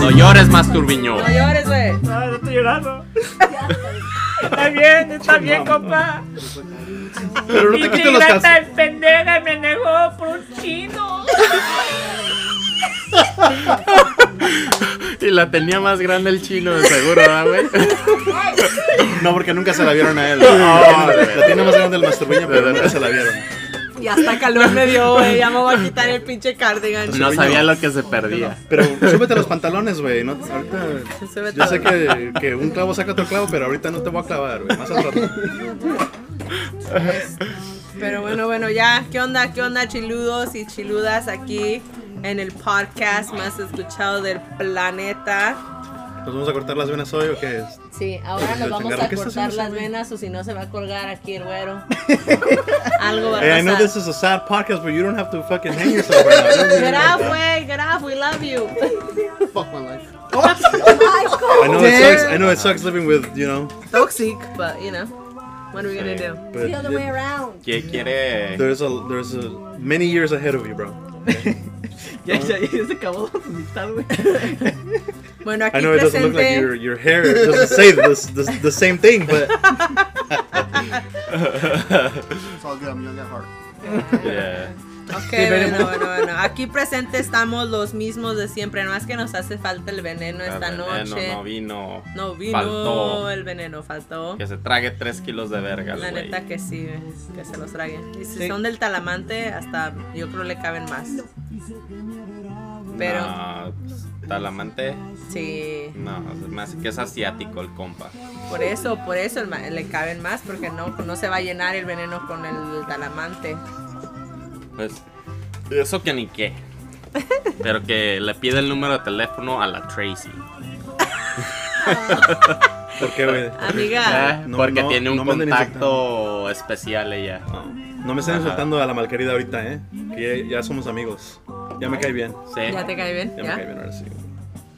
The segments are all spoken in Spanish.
No llores más, Turbiño. No llores, güey. No, no estoy llorando. Está bien, está bien, compa. Pero no Mi te quites los tigra calzones. tan pendeja me negó por un chino. Y la tenía más grande el chino, de seguro, ¿verdad, güey? No, porque nunca se la vieron a él. No, güey. la tiene más grande el masturbeño, pero nunca se la vieron. Y hasta calor me dio, güey. Ya me voy a quitar el pinche cardigan. No sabía lo que se perdía. Pero súbete los pantalones, güey. No, ahorita. Súbete Yo sé que, que un clavo saca otro clavo, pero ahorita no te voy a clavar, güey. Más al rato. Pero bueno, bueno, ya. ¿Qué onda? ¿Qué onda, chiludos y chiludas aquí en el podcast más escuchado del planeta? ¿Nos vamos a cortar las venas hoy o qué es? Sí, ahora Pero nos vamos chingarro, a ¿qué está haciendo cortar ese las güey? venas o si no se va a colgar aquí el güero. Algo va a Hey, Eh, I know pasar. this is a sad podcast, but you don't have to fucking hang yourself right now. Don't do Get that. off, güey. Get off. We love you. Fuck my life. I know it sucks. I know it sucks living with, you know. Toxic, but you know. What are we gonna do? But the other way around. ¿Qué quiere? there's a there's a many years ahead of you, bro. Ya, ya, ya se acabó la amistad, güey. Bueno, aquí I know it doesn't look like your presente. your hair doesn't say this, this the same thing, but It's all good, I'm young at heart. Yeah. Ok, bueno, bueno, bueno. Aquí presente estamos los mismos de siempre. Nada más que nos hace falta el veneno esta Veneno, noche. eh, No vino. No vino Faltó. el veneno, faltó. Que se trague tres kilos de verga, La el güey. neta que sí, eh, que se los traguen. Y si Sí. son del talamante, hasta yo creo le caben más. Pero No, pues, talamante. sí, No, se me hace que es asiático el compa. por eso, por eso el ma- le caben más, porque no, no se va a llenar el veneno con el talamante. Pues, eso que ni qué. Pero que le pide el número de teléfono a la Tracy. Ah. Eh, porque güey, Amiga, Eh, no, porque no, tiene un no me anden contacto especial ella. no me estén Ajá. insultando a la malquerida ahorita, eh. Que ya, ya somos amigos. Ya me cae bien. Sí. ya te cae bien, Ya, me cae ya. bien ahora sí.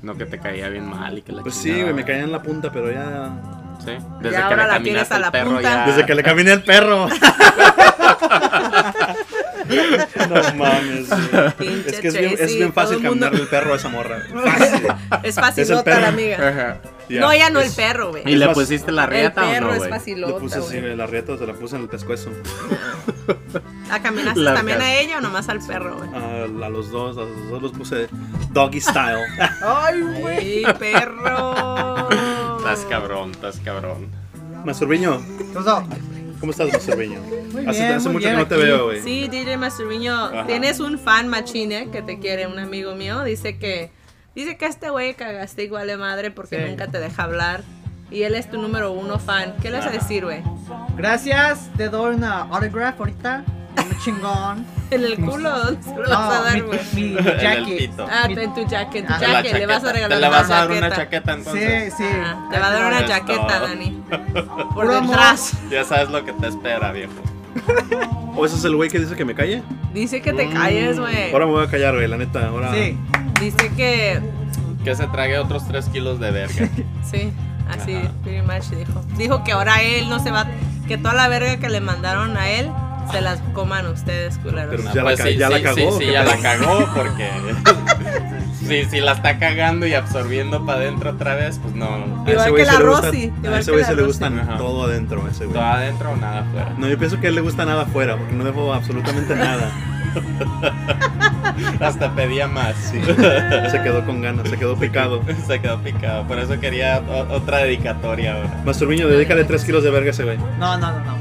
No que te caía bien mal y que la Pues sí, chingada. güey, me caía en la punta, pero ya Sí. Desde ahora que la le quieres caminaste a al la perro punta. ya. desde que le caminé al perro. no mames. güey. Pinche Es que es bien, es Tracy, bien fácil todo el mundo- caminarle el perro a esa morra. güey. Fácil. Es facilota Es el la perro. amiga. Ajá. Ya, no, ya no es- el perro, güey. ¿Y Es le más- pusiste la El riata o perro no, es güey? Le facilota, puse así, güey. la rieta se la puse en el pescuezo. ¿Ah, caminaste La también cara. a ella o nomás al perro, güey? Ah, a los dos, a los dos los puse doggy style. Ay, ¡Ay, perro! Estás cabrón, estás cabrón. Masturbiño, What's up? ¿cómo estás, Masturbiño? Hace, bien, hace muy mucho bien que no te aquí. veo, Pues. güey. Sí, DJ Masturbiño, tienes un fan machine que te quiere, un amigo mío. Dice que dice que este güey cagaste igual de madre porque Sí. nunca te deja hablar. Y él es tu número uno fan. ¿Qué le vas a decir, güey? Gracias, te doy una autograph ahorita. Un chingón. ¿En el culo? ¿Dónde se lo vas a No, dar, mi, güey? mi En el jacket. pito. Ah, en tu jacket, tu Ah, La jacket. Le vas a chaqueta. regalar ¿Te le una vas a dar una chaqueta Sí, entonces? sí. Ah, te va a dar una Eso es chaqueta, todo. Dani. Por Puro amor. detrás. Ya sabes lo que te espera, viejo. ¿O ese es el güey que dice que me calle? Dice que te calles, güey. Ahora me voy a callar, güey, la neta. Ahora. Sí. Dice que Que se trague otros 3 kilos de verga. Sí, así Ajá. pretty much dijo. Dijo que ahora él no se va, que toda la verga que le mandaron a él se las coman ustedes, culeros. Pero- Ya la ca- ya la Pues Sí, cagó, sí, ¿qué ya la pedo? cagó porque. Sí, si la está cagando y absorbiendo para adentro otra vez, pues no. A Igual ese que güey la se le Rosy, gusta- igual A ese que güey la se le Rosy. gustan Ajá. Ah. todo adentro, ese Todo güey. adentro o nada afuera. No, yo pienso que a él le gusta nada afuera, porque no dejó absolutamente nada. Hasta pedía más. Sí. se quedó con ganas, se quedó picado. Se quedó picado. Por eso quería o- otra dedicatoria ahora. Masturbiño, dedícale 3 kilos de verga a ese güey. No, no, no, no.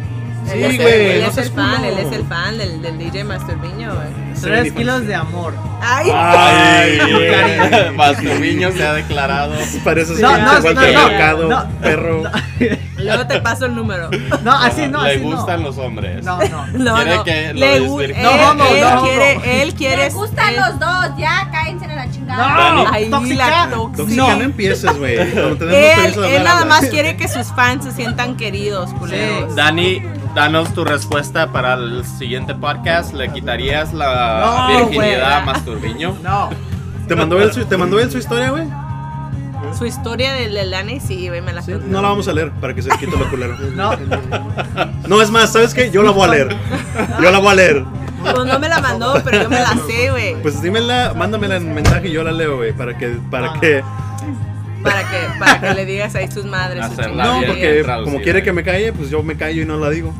Él Sí, es el- güey, Él no es el seas fan, culo. él es el fan del, del DJ Masturbiño, güey. Ese güey Tres ni fan- kilos de amor. Ay, Ah. Ay, güey. Masturbiño se ha declarado. Pareces No, pinche no, Walter no, no, Mercado, no. perro. luego te paso el número. No, así no, Le así no. gustan los hombres. No, no. No, Quiere no. que lo Le gu- desvirgue. él, No, homo, él no, homo. quiere, él quiere. Me gustan él- los dos, ya cállense a la chingada. No, Ay, tóxica. la tóxica. Tóxica, no empieces, güey. Cuando tenemos Él, permiso de él hablar, nada habla. más quiere que sus fans se sientan queridos, culeros. Dani, danos tu respuesta para el siguiente podcast. ¿Le quitarías la No, virginidad güey. a Masturbiño? No. ¿Te mandó él su, te mandó él su historia, güey? Su historia del de Lani, sí, güey, me la contó. No la vamos a leer para que se quite lo culero. No. No, es más, ¿sabes qué? Yo la voy a leer. Yo la voy a leer. Pues no me la mandó, pero yo me la sé, güey. Pues dímela, mándamela en mensaje y yo la leo, güey, para que, para que, Ah, Para que, para que le digas ahí sus madres. sus Hacerla chingaderas. no, bien porque traducida. como quiere que me calle, pues yo me callo y no la digo.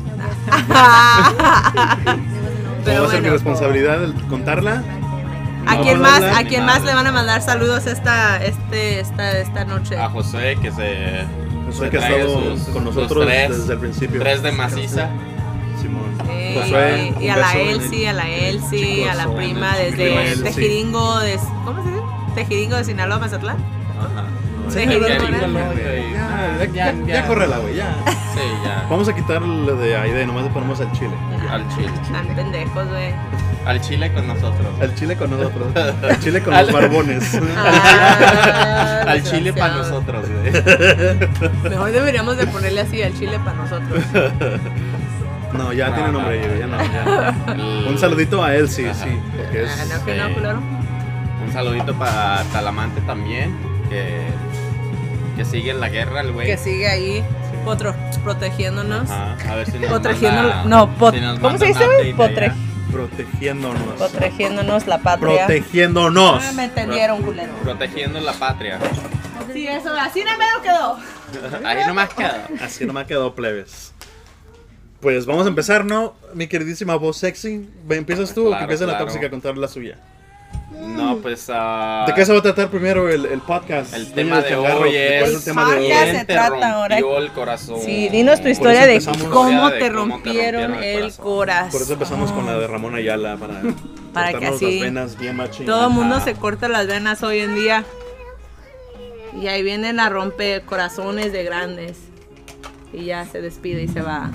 Pero no va a ser mi bueno, responsabilidad el contarla. ¿a No, quién no, más, no, a ni quién más madre. le van a mandar saludos esta, este, esta, esta noche? Ah, A José que se. José se que ha traiga estado sus- con sus nosotros tres, desde el principio. Tres de maciza. Simón. Eh, Josué, y pues a un la beso en el- Elsie, a la Elsie, chicos, a la son prima el- desde prima Elsie. Tejiringo, de, ¿cómo se dice? Tejiringo de Sinaloa, Mazatlán. Ajá. Sí, Pero ya, ya, Ah, ya, Ya, ya, ya, ya córrela, güey, ya. Sí, ya. Vamos a quitar lo de Aide, nomás le ponemos al chile. Al chile. Tan pendejos, güey. Al chile con nosotros. Al chile con nosotros. Al chile con los barbones. Ah, Al chile para desgraciados. nosotros, güey. Mejor deberíamos de ponerle así al chile para nosotros. No, ya No, tiene no, nombre, no. güey, ya no. ya. Un saludito a él, sí, Ajá. sí. Porque Ah, es. no, que no, Sí. culero. Un saludito para Talamante también, que, que sigue en la guerra el güey. Que sigue ahí potro- protegiéndonos. Ajá, a ver si nos Protegiéndolo- manda- no, pot- si nos ¿cómo manda se dice, un güey? update de allá. Protegiéndonos. Protegiéndonos la patria. Protegiéndonos. Ah, me entendieron, culero. Protegiendo la patria. Sí, eso, así no me lo quedó. Ahí nomás quedó. Así nomás quedó plebes. Pues vamos a empezar, ¿no? Mi queridísima voz sexy. Ve, ¿Empiezas tú o que Claro, empiece la claro. tóxica a contar la suya? No, pues. ah, ¿De qué se va a tratar primero el, el podcast? El Dueño tema del de changarro, hoy ¿cuál es es. el tema de hoy? podcast. se ¿Quién te trata ahora? rompió el corazón? Sí, dinos tu historia historia de de empezamos. cómo, Historia de te cómo te rompieron rompieron el el corazón. Por eso empezamos con la de Ramón Ayala para, Para que cortarnos así las venas bien machín. Todo el mundo Ajá. se corta las venas hoy en día. Y ahí vienen a romper corazones de grandes. Y ya se despide y se va.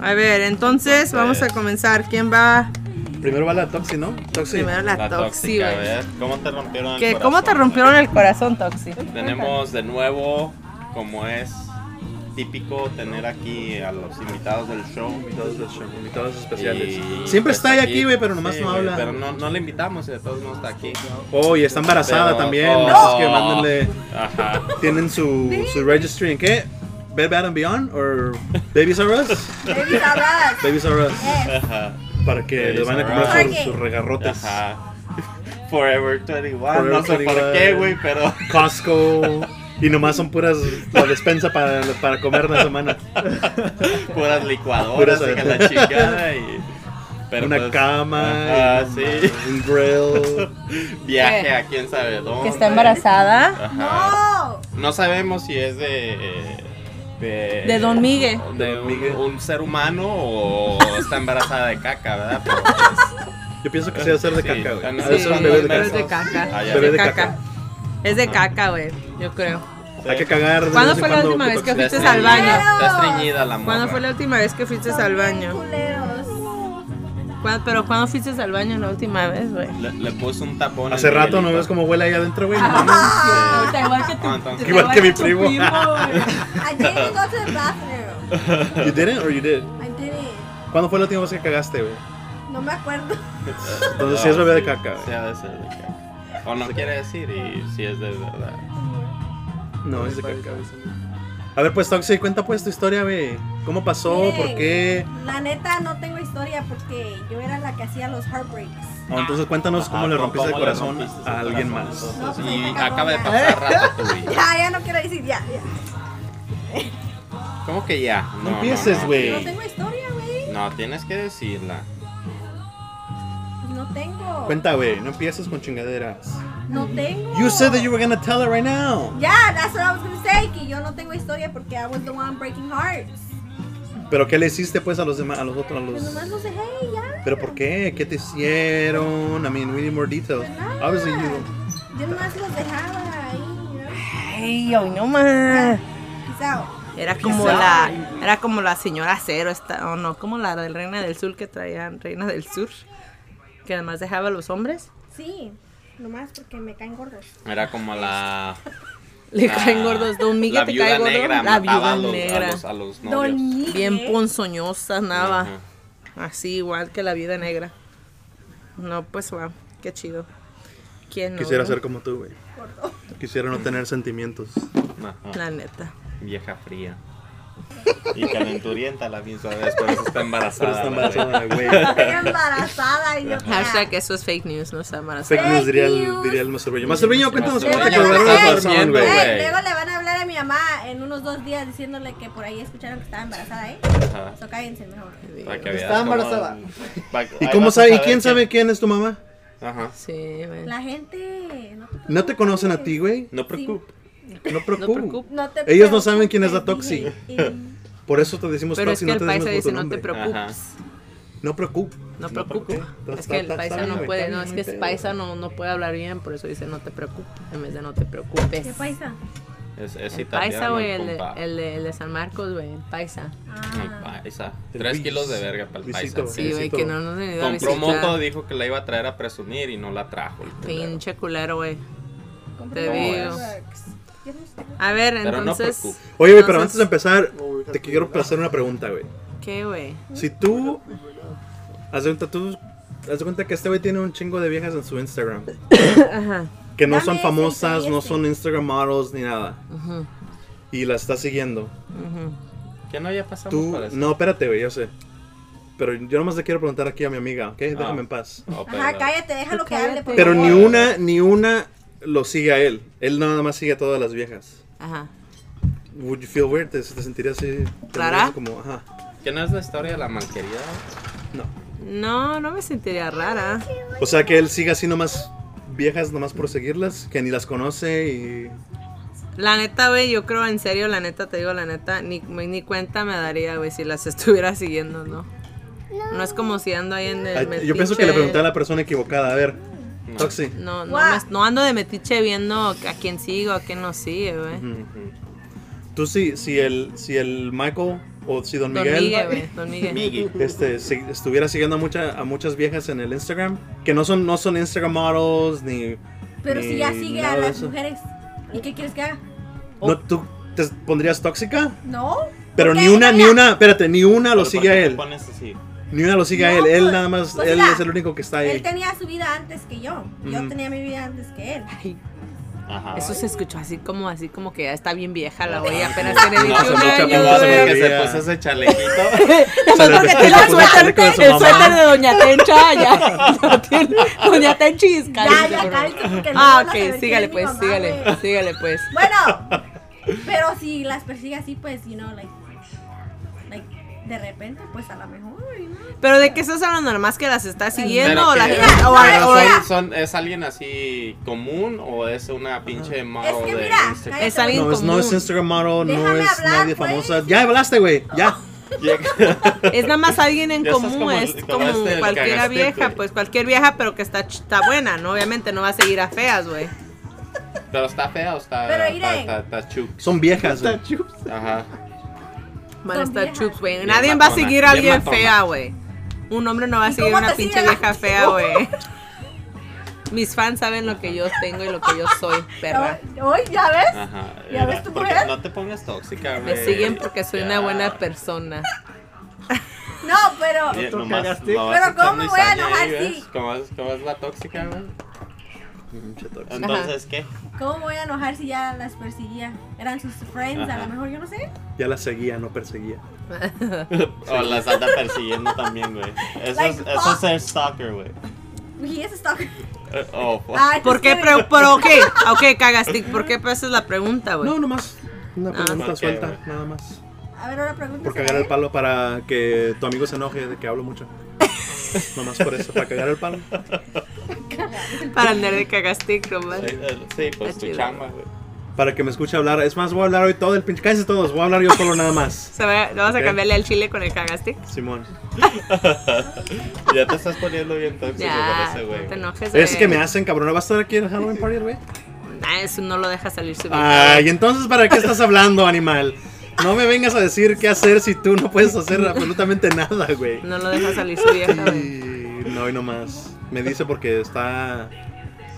A ver, entonces vamos a comenzar. ¿Quién va? Primero va la Toxi, ¿no? Toxi. Primero la, La Toxi, tóxica, a güey. ver. ¿Cómo te rompieron el ¿Qué- corazón? ¿Cómo te rompieron el corazón, Toxi? Tenemos de nuevo, como es típico, tener aquí a los invitados del show. Invitados del show, invitados especiales. Y, Siempre pues, está ahí aquí, güey, pero nomás sí, no güey, habla. Pero no, no le invitamos y de todos modos está aquí. Oh, y está embarazada Pero- también. oh. así que mándenle. Ajá. ¿Tienen su, su registry en qué? ¿Bed Bath and Beyond? ¿O Babies R Us? Baby Sabras. Babies R Us. Eh, Ajá. Para que Babies les van a R comprar sus, Us. sus regarrotes. Ajá. Pues, Forever 21. no sé Forever por 21. qué, güey, pero. Costco. Y nomás son puras la despensa para, para comer la semana. Puras licuadoras, Puras- y que la chingada y. pero Una pues, cama. Ajá, sí. Un grill. Viaje ¿Qué? a quién sabe dónde. Que está embarazada. Ajá. No. No sabemos si es de. eh, De, De Don Miguel. De un, Don Miguel. un ser humano o está embarazada de caca, ¿verdad? Pero pues, Yo pienso que sí va a ser de Sí, caca, güey. también. Ha de Sí, ser un son bebé de pero es caca. de caca. Ah, ya. Es de Bebé de caca. caca. Es de caca, güey. Yo creo. Hay que cagar. de ¿Cuándo vez en fue cuando, la pues, última puto vez que oxi- está fuiste al estreñida- baño? Está estreñida la morra. ¿Cuándo fue la última vez que fuiste al baño? Culeros. ¿Cuá- pero ¿cuándo fuiste al baño la última vez, güey? Le, le puse un tapón. Hace al rato no Miguelito. ves cómo huele ahí adentro, güey. No mames. Sí. igual que tu- Ah, entonces- Igual que mi primo. I didn't go to the bathroom. You didn't or you did? I didn't. ¿Cuándo fue la última vez que cagaste, güey? No me acuerdo. Entonces sí es bebé de caca, güey. Sí, ha de ser de caca. O no quiere decir y si es de verdad. No, es de caca. A ver, pues Toxi, cuenta pues tu historia, güey. ¿Cómo pasó? Miren. ¿Por qué? La neta no tengo historia porque yo era la que hacía los heartbreaks. Ah, entonces cuéntanos cómo Ah, le rompiste el ¿cómo le corazón rompiste el a alguien corazón? más. Entonces, No, y pues, acaba de acabó pasar rato tu vida. Ya, ya no quiero decir ya, ya. ¿Cómo que ya? No, No empieces, no. güey. No tengo historia, güey. No, tienes que decirla. No tengo. Cuenta, güey. No empieces con chingaderas. No tengo. You said that you were gonna tell it right now. Yeah, that's what I was gonna say. Que yo no tengo historia porque I was the one breaking hearts. Pero ¿qué le hiciste pues a los demás, a los otros, a Pues los... nomás los dejé y ya. ¿Pero por qué? ¿Qué te hicieron? I mean, we need more details. Pues nada. Obviously you... Yo nomás los dejaba ahí. you know. Ay, hoy no más. Peace out. Era como la, era como la señora cero, esta, o no, como la del Reina del Sur que traían, Reina del Sur, que además dejaba a los hombres. Sí, nomás porque me caen gordos. Era como la. Le la- caen gordos, Don Miguel Ah, la te viuda cae gordo. negra la mataba viuda a los- negra. A los, a los novios. Don Miguel. Bien ponzoñosa, nada. Ajá. Así igual que la viuda negra. No, pues va, qué chido. ¿Quién no, Quisiera no? ser como tú, güey. Quisiera no tener sentimientos. Ajá. La neta. Vieja fría. Y calenturienta la misma vez, pero eso está Pero embarazada. está la verga. embarazada, güey. Estoy embarazada y yo. Hashtag eso es fake news, no está embarazada. Fake news Fake diría el, news. diría el Mazurbeño. Mazurbeño, cuéntanos cómo Luego te le van a quedaron las hablar- personas, Güey, güey. Ey, Luego le van a hablar a mi mamá en unos dos días diciéndole que por ahí escucharon que estaba embarazada, ¿eh? Ajá. So cállense mejor. Ah, Para que Está veas cómo- embarazada. para que- ¿Y ahí cómo vas a sabe? ¿Y saber quién que- sabe quién es tu mamá? Ajá. Sí, güey. La gente. No te, No te conocen a ti, güey. No preocup. No No preocupes. preocupa. no te Ellos no saben quién es la preocupes, Toxi. dije. Por eso te decimos Pero es Toxi, que Pues, no el te decimos paisa por tu dice no te nombre. preocupes. No preocupes. No preocupes. preocupa. Es que el Está- está- paisa está no bien, puede, está no, es bien, que no hay el pedo. paisa no, no puede hablar bien, por eso dice no te preocupes, en vez de no te Y- ¿Qué preocupes. paisa? Es, es El italiano, paisa, güey, el, de- compa. el de- el de San Marcos, güey, el paisa. El Ah. paisa. El Tres Luis. kilos de verga para el Luisito. paisa. Sí, güey, Pobrecito. que no nos han ido a Compró visitar. moto, dijo que la iba a traer a presumir y no la trajo. el culero. Pinche culero, güey. compré Te unos digo. Starbucks. Ya no sé. A ver, Pero no entonces. preocupes. Oye, güey, pero antes Entonces- de empezar, te quiero hacer una pregunta, güey. ¿Qué, güey? Si tú. Haz de cuenta, tú. Haz de cuenta que este güey tiene un chingo de viejas en su Instagram. Que no Dame son ese, famosas, ese y no ese. son Instagram models ni nada. Ujú, Y la está siguiendo. ujú. Que no, ya pasamos Tú. por eso. No, espérate, güey, yo sé. Pero yo nomás le quiero preguntar aquí a mi amiga, ¿ok? Ah. Déjame en paz. Oh, pero- Ajá, cállate, déjalo que hable. por Pero favor. ni una, ni una lo sigue a él. Él nada más sigue a todas las viejas. Ajá. Would you feel weird? ¿Te, te sentirías así? ¿Rara? Como, ajá. ¿Que no es la historia de la malquerida? No. No, no me sentiría rara. O sea que él sigue así nomás viejas nomás por seguirlas, que ni las conoce y La neta, güey, yo creo en serio, la neta, te digo la neta, ni, me- ni cuenta me daría, güey, si las estuviera siguiendo, ¿no? No es como si ando ahí en el. Ay, yo pienso metiche. que le pregunté a la persona equivocada, a ver. Toxi. No, no, Guau. me- no ando de metiche viendo a quién sigo, a quién no sigue, güey. Tú sí, si el si el Michael o si Don Don Miguel, Miguel, güey, Don Miguel. Miggy. este si estuviera siguiendo a mucha, a muchas viejas en el Instagram, que no son no son Instagram models ni Pero si ya ni sigue nada a de las eso. mujeres. ¿Y qué quieres que haga? No tú te pondrías tóxica? No. Pero Porque ni una ni mira, una, espérate, ni una lo Pero ¿por sigue qué a te él. pones así? Ni una lo sigue a No, él, él pues- nada más pues él mira, es el único que está ahí. Él tenía su vida antes que yo. Ujú. Yo tenía mi vida antes que él. Ay, Ajá. Eso se escuchó así como, así como que ya está bien vieja Ah, la güey, apenas tiene No, se 21 me años, chapó, se me güey. que se güey. puso ese chalequito. Se le Porque puso tiene el el suéter, chaleco de su el mamá. suéter de Doña Tencha, ya. lo tiene. Doña Tenchi es Ya, caliente, ya, bro. cállense porque no Ah, van a saber ok, quién sígale es mi pues, mamá, sígale, güey. sígale pues. Bueno, pero si las persigue así, pues, you know, like, like, de repente, pues a lo mejor, you know. Pero de qué estás hablando, nada más que las está siguiendo Pero o las que- o, pero o- son- son- ¿Es alguien así común o es una pinche model que de mira, Instagram? cállate. es alguien No, es, no común. es Instagram model, no Déjame es hablar, pues. nadie güey. famosa. Ya hablaste, güey. Ya. Es nada más alguien en Ya estás común, como el- es como como este del cualquiera cagaste, vieja, güey. pues cualquier vieja, pero que está, ch- está buena, ¿no? Obviamente no va a seguir a feas, güey. Pero está fea o está. Pero, está, Irene. está- está chuc. Son viejas, güey. Ajá. Van a Son estar viejas. chups, güey. Bien Nadie va a matona, seguir a bien alguien matona. fea, güey. Un hombre no va a ¿Y seguir a cómo una te pinche sigue la vieja gente? fea, güey. Mis fans saben lo que yo tengo y lo que yo soy, perra. Hoy, ¿ya ves? Ajá. ¿Ya ves Mira, tu porque mujer? No te pongas tóxica, güey. Me siguen porque soy una Eh, Ya. buena persona. No, pero, Bien, Tú nomás- cagaste. nomás Pero echando ¿cómo me voy a cizaña ahí, enojar ¿ves? si- ¿Cómo es, cómo es la tóxica, güey? Pinche tóxica. Entonces, ¿qué? ¿cómo me voy a enojar si ya las perseguía? Eran sus friends, a Ajá. lo mejor, yo no sé. Ya la seguía, no perseguía. O las anda persiguiendo también, güey. Eso, es, Like, eso es fuck. ser stalker, güey. Y ese está... Eh, Oh, fuck. Ay, ¿Por qué? es que- Pero, pero ok, ok, cagastic, ¿por qué pasas la pregunta, güey? Pues. No, nomás. Una Ah, pregunta Ok, suelta, güey. nada más. A ver, ahora pregunta. Por cagar el palo para que tu amigo se enoje de que hablo mucho. nomás por eso, para cagar el palo. Para andar de cagastic, nomás. Sí, eh, Sí, pues tu Está chido. chamba, güey. Para que me escuche hablar. Es más, voy a hablar hoy todo el pinche. Casi todos, voy a hablar yo solo nada más. Se va- vamos a Ok. cambiarle al chile con el cagastic. Simón. Ya te estás poniendo bien tóxico Ya, con ese, güey. no te enojes. Es que me hace. hacen, cabrón. ¿Vas a estar aquí en el Halloween Party, güey? eso no lo deja salir su vida. Ay, entonces, ¿para qué estás hablando, animal? No me vengas a decir qué hacer si tú no puedes hacer absolutamente nada, güey. No lo deja salir su vieja, güey. Y no, y no más. Me dice porque está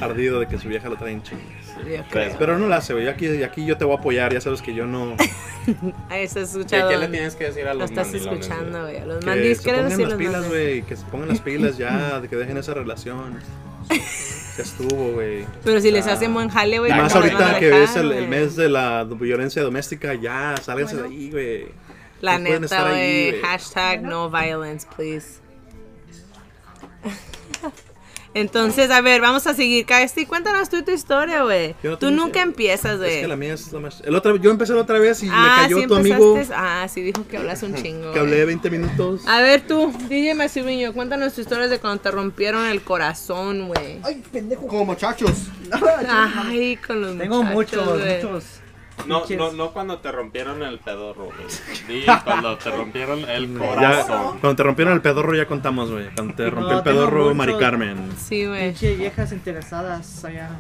ardido de que su vieja lo trae en chingas. Yo creo. Pues, Pero no la hace, güey. Yo aquí, aquí yo te voy a apoyar. Ya sabes que yo no. Ahí está ¿Qué, escuchado. qué le tienes que decir a Lo los estás mandilones, escuchando, güey. a Los Que mandis, se ¿qué le pongan decir las los pilas, mandis? güey. Que se pongan las pilas ya. De que dejen esa relación. Ya estuvo, güey. Pero si les Ya. hacen buen jale, güey. Ah. Y Ya, más ¿cómo cabrón, los van a ahorita que dejar, es el, el güey? mes de la violencia doméstica. Ya, sálganse Bueno. de ahí, güey. La No pueden neta, estar ahí, güey. güey. Hashtag no violence, please. Entonces, a ver, vamos a seguir. Casti, cuéntanos tú tu historia, güey. Yo no Tú tengo nunca historia. empiezas, güey. Es que la mía es la más. El otra, yo empecé la otra vez y me cayó Pues Ah, sí tu amigo empezaste- Ah, sí, dijo que hablas un chingo. que hablé güey. 20 minutos. A ver tú, DJ Masiviño, cuéntanos tus historias de cuando te rompieron el corazón, güey. Ay, pendejo. Como muchachos. Ay, con los Tengo muchachos, muchos, güey. muchos. No, pinches- no, no cuando te rompieron el pedorro, güey. Sí, cuando te rompieron el Ya, corazón. cuando te rompieron el pedorro ya contamos, güey. Cuando te rompió No, el pedorro tengo Mari mucho. Carmen. Sí, güey. Pinche viejas interesadas allá.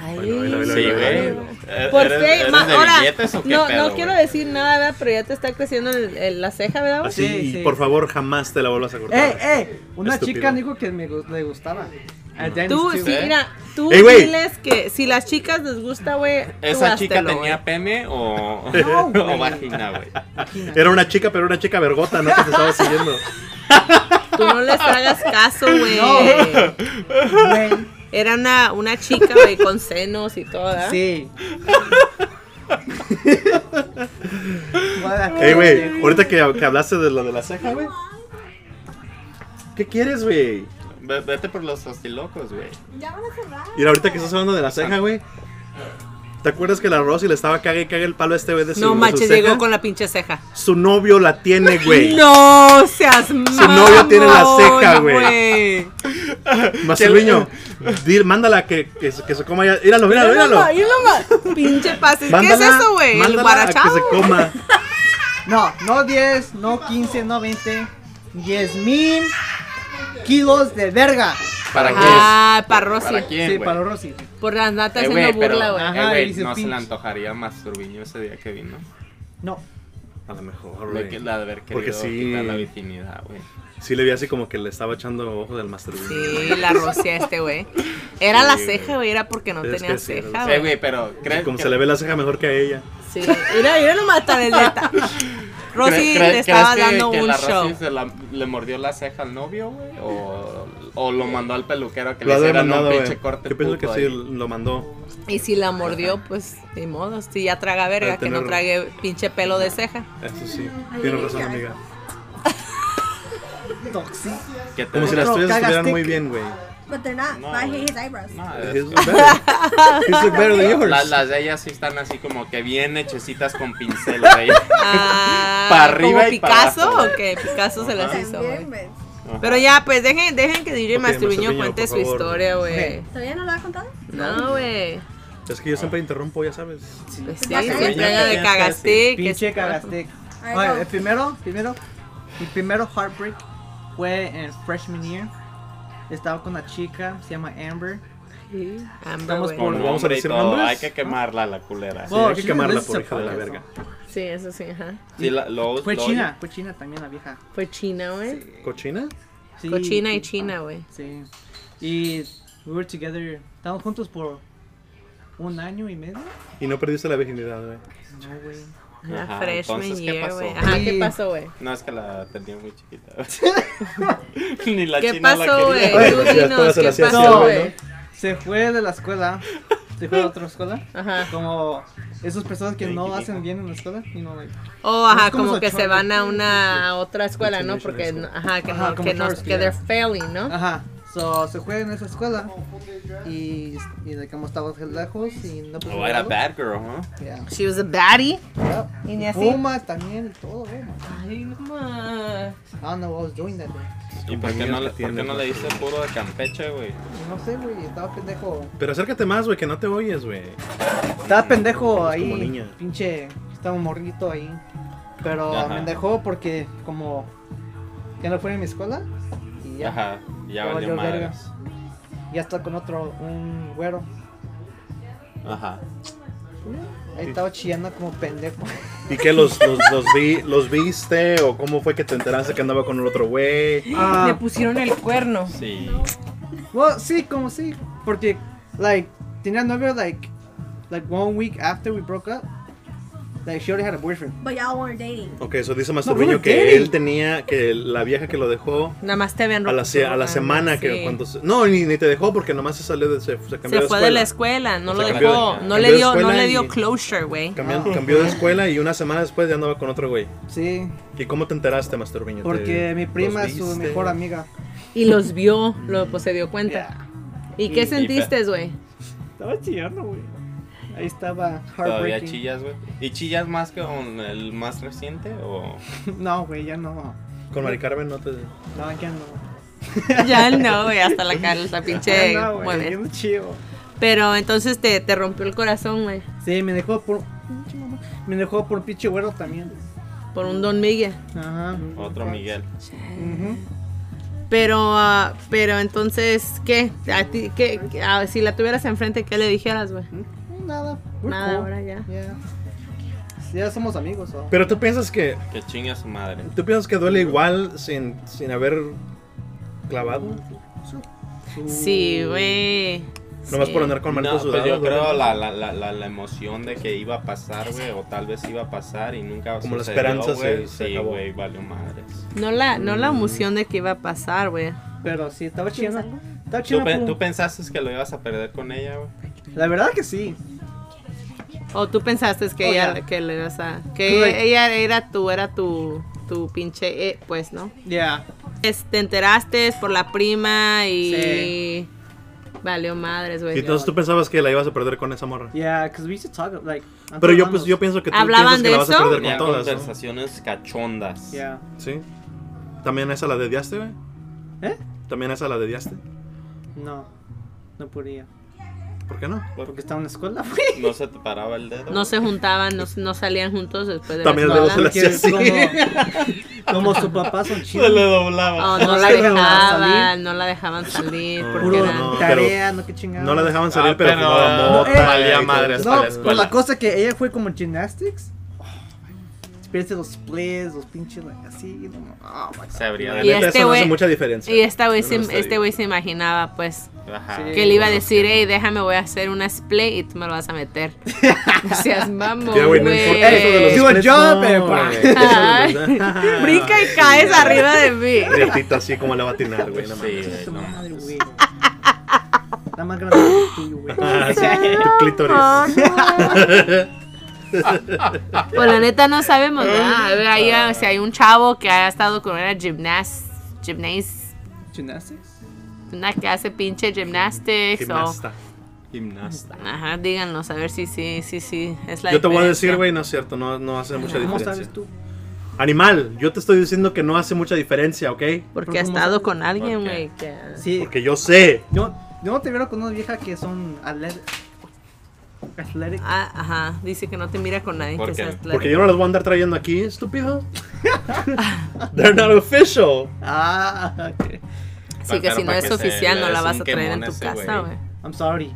Ay, velo, velo, Sí, velo, güey. velo. ¿Eres- Por eres fe, de ma- ahora, billetes o qué no, pedo, no güey? quiero decir nada, ¿verdad? pero ya te está creciendo el- el- la ceja, ¿verdad? güey? Así, Sí, y sí. por favor, jamás te la vuelvas a cortar. ¡Eh, eh! Una Estúpido. chica dijo que me gu- le gustaba. A Dennis, Tú, too. sí, Eh. mira, tú Ey, güey. diles que si las chicas les gusta, güey, tú ¿Esa chica háztelo, tenía pene o, o No, güey. vagina, güey? Era una chica, pero era una chica vergota, ¿no? Que te estaba siguiendo. güey. Tú no les hagas caso, güey. Güey, Era una, una chica, güey, con senos y todo, ¿verdad? Sí. Guarda, qué Ey, güey, pendejo. ahorita que, que hablaste de lo de la ceja, güey. ¿Qué quieres, güey? Ve- Vete por los hostilocos, güey. Ya van a cerrar. Mira, ahorita que estás hablando de la ceja, güey. ¿Te acuerdas que la Rosy le estaba cague y cague el palo a este güey de su No de su manches, ceja? llegó con la pinche ceja. Su novio la tiene, güey. No seas mamón, novio tiene la ceja, güey. güey. Marcelinho, di- mándala que, que, se- que se coma ya. Míralo, míralo, míralo. Ahí nomás. Pinche pase. ¿Qué es Mándala- eso, güey? El mándala a que guarachao. se coma. No, no 10, no 15, no 20. 10 mil kilos de verga. ¿Para qué? Ah, para Rosy. ¿Para quién, Sí, güey? para Rosy. Por andarte Eh, haciendo güey, pero- burla, güey. eh, Ajá, güey, y su no se le pinche. antojaría más turbiño ese día que vino. No. A lo mejor, De que güey. la de haber querido Porque sí. quitar la virginidad, güey. Sí le vi así como que le estaba echando ojo del Master Bruno. Sí, la Rosy a este, güey. Era la Sí, ceja, güey. güey. Era porque no Es tenía que sí, era la ceja, Eh, Ah, güey. güey, pero Sí, ¿crees como que- se le ve la ceja mejor que a ella. Sí. Mira, mira nomás tan neta. Rosy ¿Cre- le cre- estaba crees que- dando que un la show. Rosy se la- le mordió la ceja al novio, güey? O, o lo mandó al peluquero a que Lo le ha de haber hicieran un mandado, pinche güey. corte Yo pienso que puto sí, ahí. lo mandó. Y si la mordió, pues ni modo. Si ya traga verga, Ha de que no tener- trague pinche pelo de ceja. Eso sí. Tienes razón, amiga. Toxic. ¿Qué te Como si digo? las tuyas Cagas estuvieran tic. muy bien, güey. But they're not. No, but I güey. hate his eyebrows. No, His es- look better. His look better than yours. la- las de ellas sí están así como que bien hechecitas con pincel, güey. Ah, Pa' arriba ¿Como y pa' abajo, Picasso güey. o qué? Picasso se las Ajá. hizo, También, güey. güey. Ajá. Pero ya, pues dejen, dejen que DJ Ok, Masturbiño Masturbiño, cuente por su favor. historia, güey. ¿Todavía no lo ha contado? No, güey. Es que yo siempre interrumpo, ya sabes. Pues sí, Ya sé, se ya traiga de tienes que cagastic. Pinche es- cagaste. Ay, Oye, no. el primero, primero, mi primero heartbreak fue en freshman year. Estaba con una chica, se llama Amber. Sí, Amber, Estamos güey. Con Bueno, vamos a nombre y decir todo, nombres. Hay que quemarla, la culera. Sí, Oh, hay que she's quemarla listening por to hija de la podcasts. verga. Sí, eso sí, ajá. Sí, la- lo- Fue lo- china, fue china también la vieja. Fue China, güey. ¿Cochina? Sí, Cochina y China, güey. Sí. Y we were together, estábamos juntos por un año y medio. Y no perdiste la virginidad, güey. No, güey. Ajá, Ajá, freshman entonces, ¿qué year, pasó? güey. Ajá, ¿qué Sí. pasó, güey? No, es que la tenía muy chiquita. Ni la ¿Qué china la pasó, quería. güey? Tú Oye, ya todas dinos, se ¿qué las hacía así, pasó, güey? güey, Se fue de la escuela, se fue a otra escuela. Ajá. Como esas personas que no hacen bien en la escuela. Y no, like, Oh, ajá, Es como como que Sachar, se van a güey. una a otra escuela, ¿no? Continuation Porque, high no- ajá, que Ajá, no, como que no, Charles que they're Pierre. failing, ¿no? Ajá, so, se fue en esa escuela y, y de como estaba lejos y no pudo Oh, era verlo. bad girl, ¿no? Yeah. She was a baddie. Y ni Y así. Puma también y todo, güey. man. Ay, mamá. I don't know what I was doing that day. ¿Y por qué no, le- por qué no le dice puro de Campeche, güey? No sé, güey, estaba pendejo. Pero acércate más, güey, que no te oyes, güey. Estaba pendejo ahí, como niña. pinche, estaba morrito ahí. Pero Ajá. me dejó porque como ya no fue en mi escuela y ya, Ajá, ya Ya valió valió verga. madres. ya está con otro, un güero. Ajá. Ahí estaba chillando como pendejo. ¿Y qué, los, los, los, vi, los viste? ¿O cómo fue que te enteraste que andaba con el otro güey? Ah. Le pusieron el cuerno. Sí. Well, sí, como sí, porque like tenía novio like like one week after we broke up. Like, she already had a boyfriend. But y'all weren't dating. Ok, eso dice No, we Masturbiño were que dating. él tenía, que la vieja que lo dejó Nada más te ven a la, se- a la semana que cuando se- No, ni, ni te dejó porque nomás se salió de... Se, se cambió Se de fue escuela. de la escuela, no Se lo cambió de- dejó, cambió no de le dio, no escuela le y- dio closure, güey. Cambió, cambió de escuela y una semana después ya andaba con otro güey. Sí, ¿Y cómo te enteraste, Masturbiño? ¿Te- porque mi prima los es su viste? mejor amiga. Y los vio, lo, pues se dio cuenta. ¿Y qué Y- sentiste, güey? Estaba chillando, güey. Ahí estaba Todavía heartbreaking. chillas, güey. ¿Y chillas más que con el más reciente o...? No, güey, ya no. Con Mari Carmen no te... No, ya no. Ya no, güey, hasta la cara, la pinche. Ya Ah, no, güey, mueve. ya no chido. Pero entonces te, te rompió el corazón, güey, Sí, me dejó por. pinche mamá, Me dejó por pinche güero también. Mm. por un Don Miguel. Ajá. Oh. Otro Miguel. Ujú. Pero, ah, pero entonces, ¿qué? A ti, ¿qué? Ah, si la tuvieras enfrente, ¿qué le dijeras, güey? Mm, Nada. we're Nada, cool. ahora ya. Yeah. Ya somos amigos. so. Pero tú piensas que... Que chingue a su madre. ¿Tú piensas que duele igual sin, sin haber clavado? Sí, güey. Nomás Sí. por andar con No, Marcos pues yo creo la, la, la, la, la emoción de que iba a pasar, güey, o tal vez iba a pasar y nunca Como la sucedió, esperanza se- güey. se Sí, acabó. güey, valió madres. No la, no la emoción de que iba a pasar, güey. Pero sí, estaba chido. algo? Estaba chido. ¿Tú, pe- tú pensaste que lo ibas a perder con ella, güey? La verdad que sí. O tú pensaste que Oh, ella, yeah. que le ibas a- Tú, que like- ella era tu, era tu, tu pinche, eh, pues, ¿no? Yeah. Es- te enteraste por la prima y Sí. valió madres, güey. Y entonces tú pensabas que la ibas a perder con esa morra. Yeah, because we used to talk like. Pero yo, pues, antes yo pienso que tú piensas ¿Hablaban que la vas de a eso? perder con Tenía todas, ¿no? conversaciones cachondas. Yeah. Sí. ¿También esa la dediaste, güey? ¿Eh? ¿También esa la dediaste? No. No podía. ¿Por qué no? Porque estaba en la escuela, güey. No se te paraba el dedo. No se juntaban, no, no salían juntos después de También la el dedo escuela. se le hacía así. Como, como su papá son Se le chidos. doblaba. Oh, no No la se dejaban dejaban, salir. no la dejaban salir. No, Porque Puro eran- no. tarea, no que chingada. No la dejaban salir, Ah, pero, pero, fumaba eh, mota. eh, valía y madres. todo. para No, la pues escuela. la cosa que ella fue como gymnastics. Experiencia los splits, los pinches like, así. no, ah, my God. Se abría La de Y neta, este eso no hace güey- mucha diferencia. Y esta güey Yo se- no sé. este güey se imaginaba, pues, Ajá. Sí. que le iba a decir, hey, déjame, voy a hacer una split y tú me lo vas a meter. No seas mamón, Ya, güey, no importa eso de los Do a splits, job, no, eh, güey. pa. Eso de los- Brinca y caes arriba de mí. Directito así como la va a atinar, güey. no Pues mames. Sí, güey, Tu no. madre, güey. La más grande que el tuyo, güey. Ah, sí, tu clítoris. Pues la neta no sabemos nada. A ver, ahí, ah, si hay un chavo que ha estado con una gimnast, gymnast, Gymnastics? una que hace pinche gymnastics o... Gimnasta. Gimnasta. Ajá, díganos, a ver si sí, sí, sí, es la Yo te voy a decir, diferencia. güey, no es cierto, no, no hace mucha ¿Cómo diferencia. sabes tú? Animal, yo te estoy diciendo que no hace mucha diferencia, ¿ok? Porque Pero ha ¿cómo estado sabes? con alguien, ¿Por qué? güey, que- Sí, Porque yo sé. yo, yo no te vieron con una vieja que son athletic. athletic. Ah, ajá, dice que no te mira con nadie ¿Por que qué? sea Porque atlético. yo no las voy a andar trayendo aquí, estúpido. They're not official. Ah, ok. Así que Pero si no para es que se oficial, le no la des vas un a traer en quemón tu ese casa, güey. güey. I'm sorry.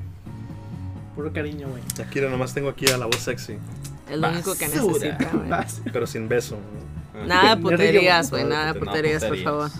Puro cariño, güey. Akira, nomás tengo aquí a la voz sexy, Es lo único que Basura. necesita, güey. Vas- pero sin beso. ¿no? Nada de Yo digo, puterías, güey, no, nada de No, pues, puterías, por favor.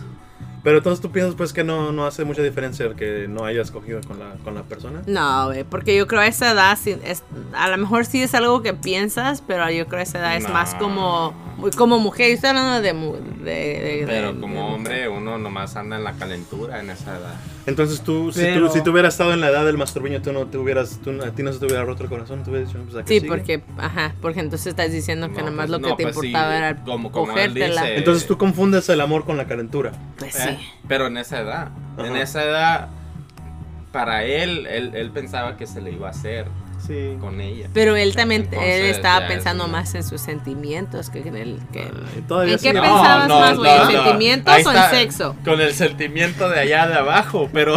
Pero entonces tú piensas pues que no, no hace mucha diferencia el que no hayas cogido con la, con la persona. No, güey, porque yo creo a esa edad, sí es, a lo mejor sí es algo que piensas, pero yo creo a esa edad es No. más como, muy como mujer. Yo estoy hablando de. mu- de- de- Pero de- como hombre, uno nomás anda en la calentura en esa edad. Entonces tú, si Pero- tú, si tú hubieras estado en la edad del masturbiño, tú no te hubieras, tú, a ti no se te hubiera roto el corazón, tú hubieras dicho, pues aquí Sí, sigue. porque, ajá, porque entonces estás diciendo que No, nomás pues lo que no, te pues sí, importaba era como- como él cogértela. dice. Entonces tú confundes el amor con la calentura. Pues Eh, sí. Pero en esa edad, en Ajá. esa edad, para él, él, él pensaba que se le iba a hacer Sí. con ella. Pero él también, él Entonces, estaba ya Ah. es pensando una- más en sus sentimientos que en el... Que, Ay, ¿En todavía qué sí. No, pensabas no, más, güey? no, ¿En no. sentimientos Ahí o en está, sexo? Con el sentimiento de allá de abajo, pero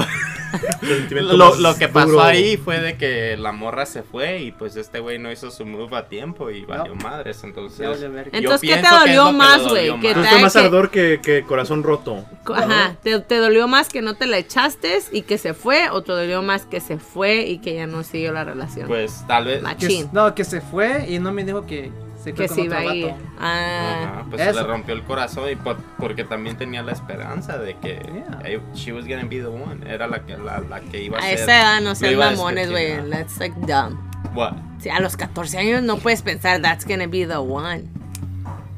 El sentimiento lo, más lo que pasó duro. ahí fue de que la morra se fue y pues este güey no hizo su move a tiempo y valió madres, Ya vale entonces... verga. yo Entonces, ¿qué te pienso que es lo dolió que le más, dolió güey? más. Entonces, ¿Qué Entonces tal fue más que- ardor que, que corazón roto. Co- Ajá, ¿Te, te dolió más que no te la echaste y que se fue o te dolió más que se fue y que ya no siguió la relación? Pues tal vez... Que- Machín, no, que se fue y no me dijo que se quedó que con se otro iba a ir. vato. Ah, Ajá, pues se Eso. le rompió el corazón y por- porque también tenía la esperanza de que Yeah. eh, she was gonna be the one, era la que, la, la que iba a, a ser. esa edad no lo sean iba a mamones, güey. despertar. That's like dumb. What? Sí, a los 14 años no puedes pensar, that's gonna be the one.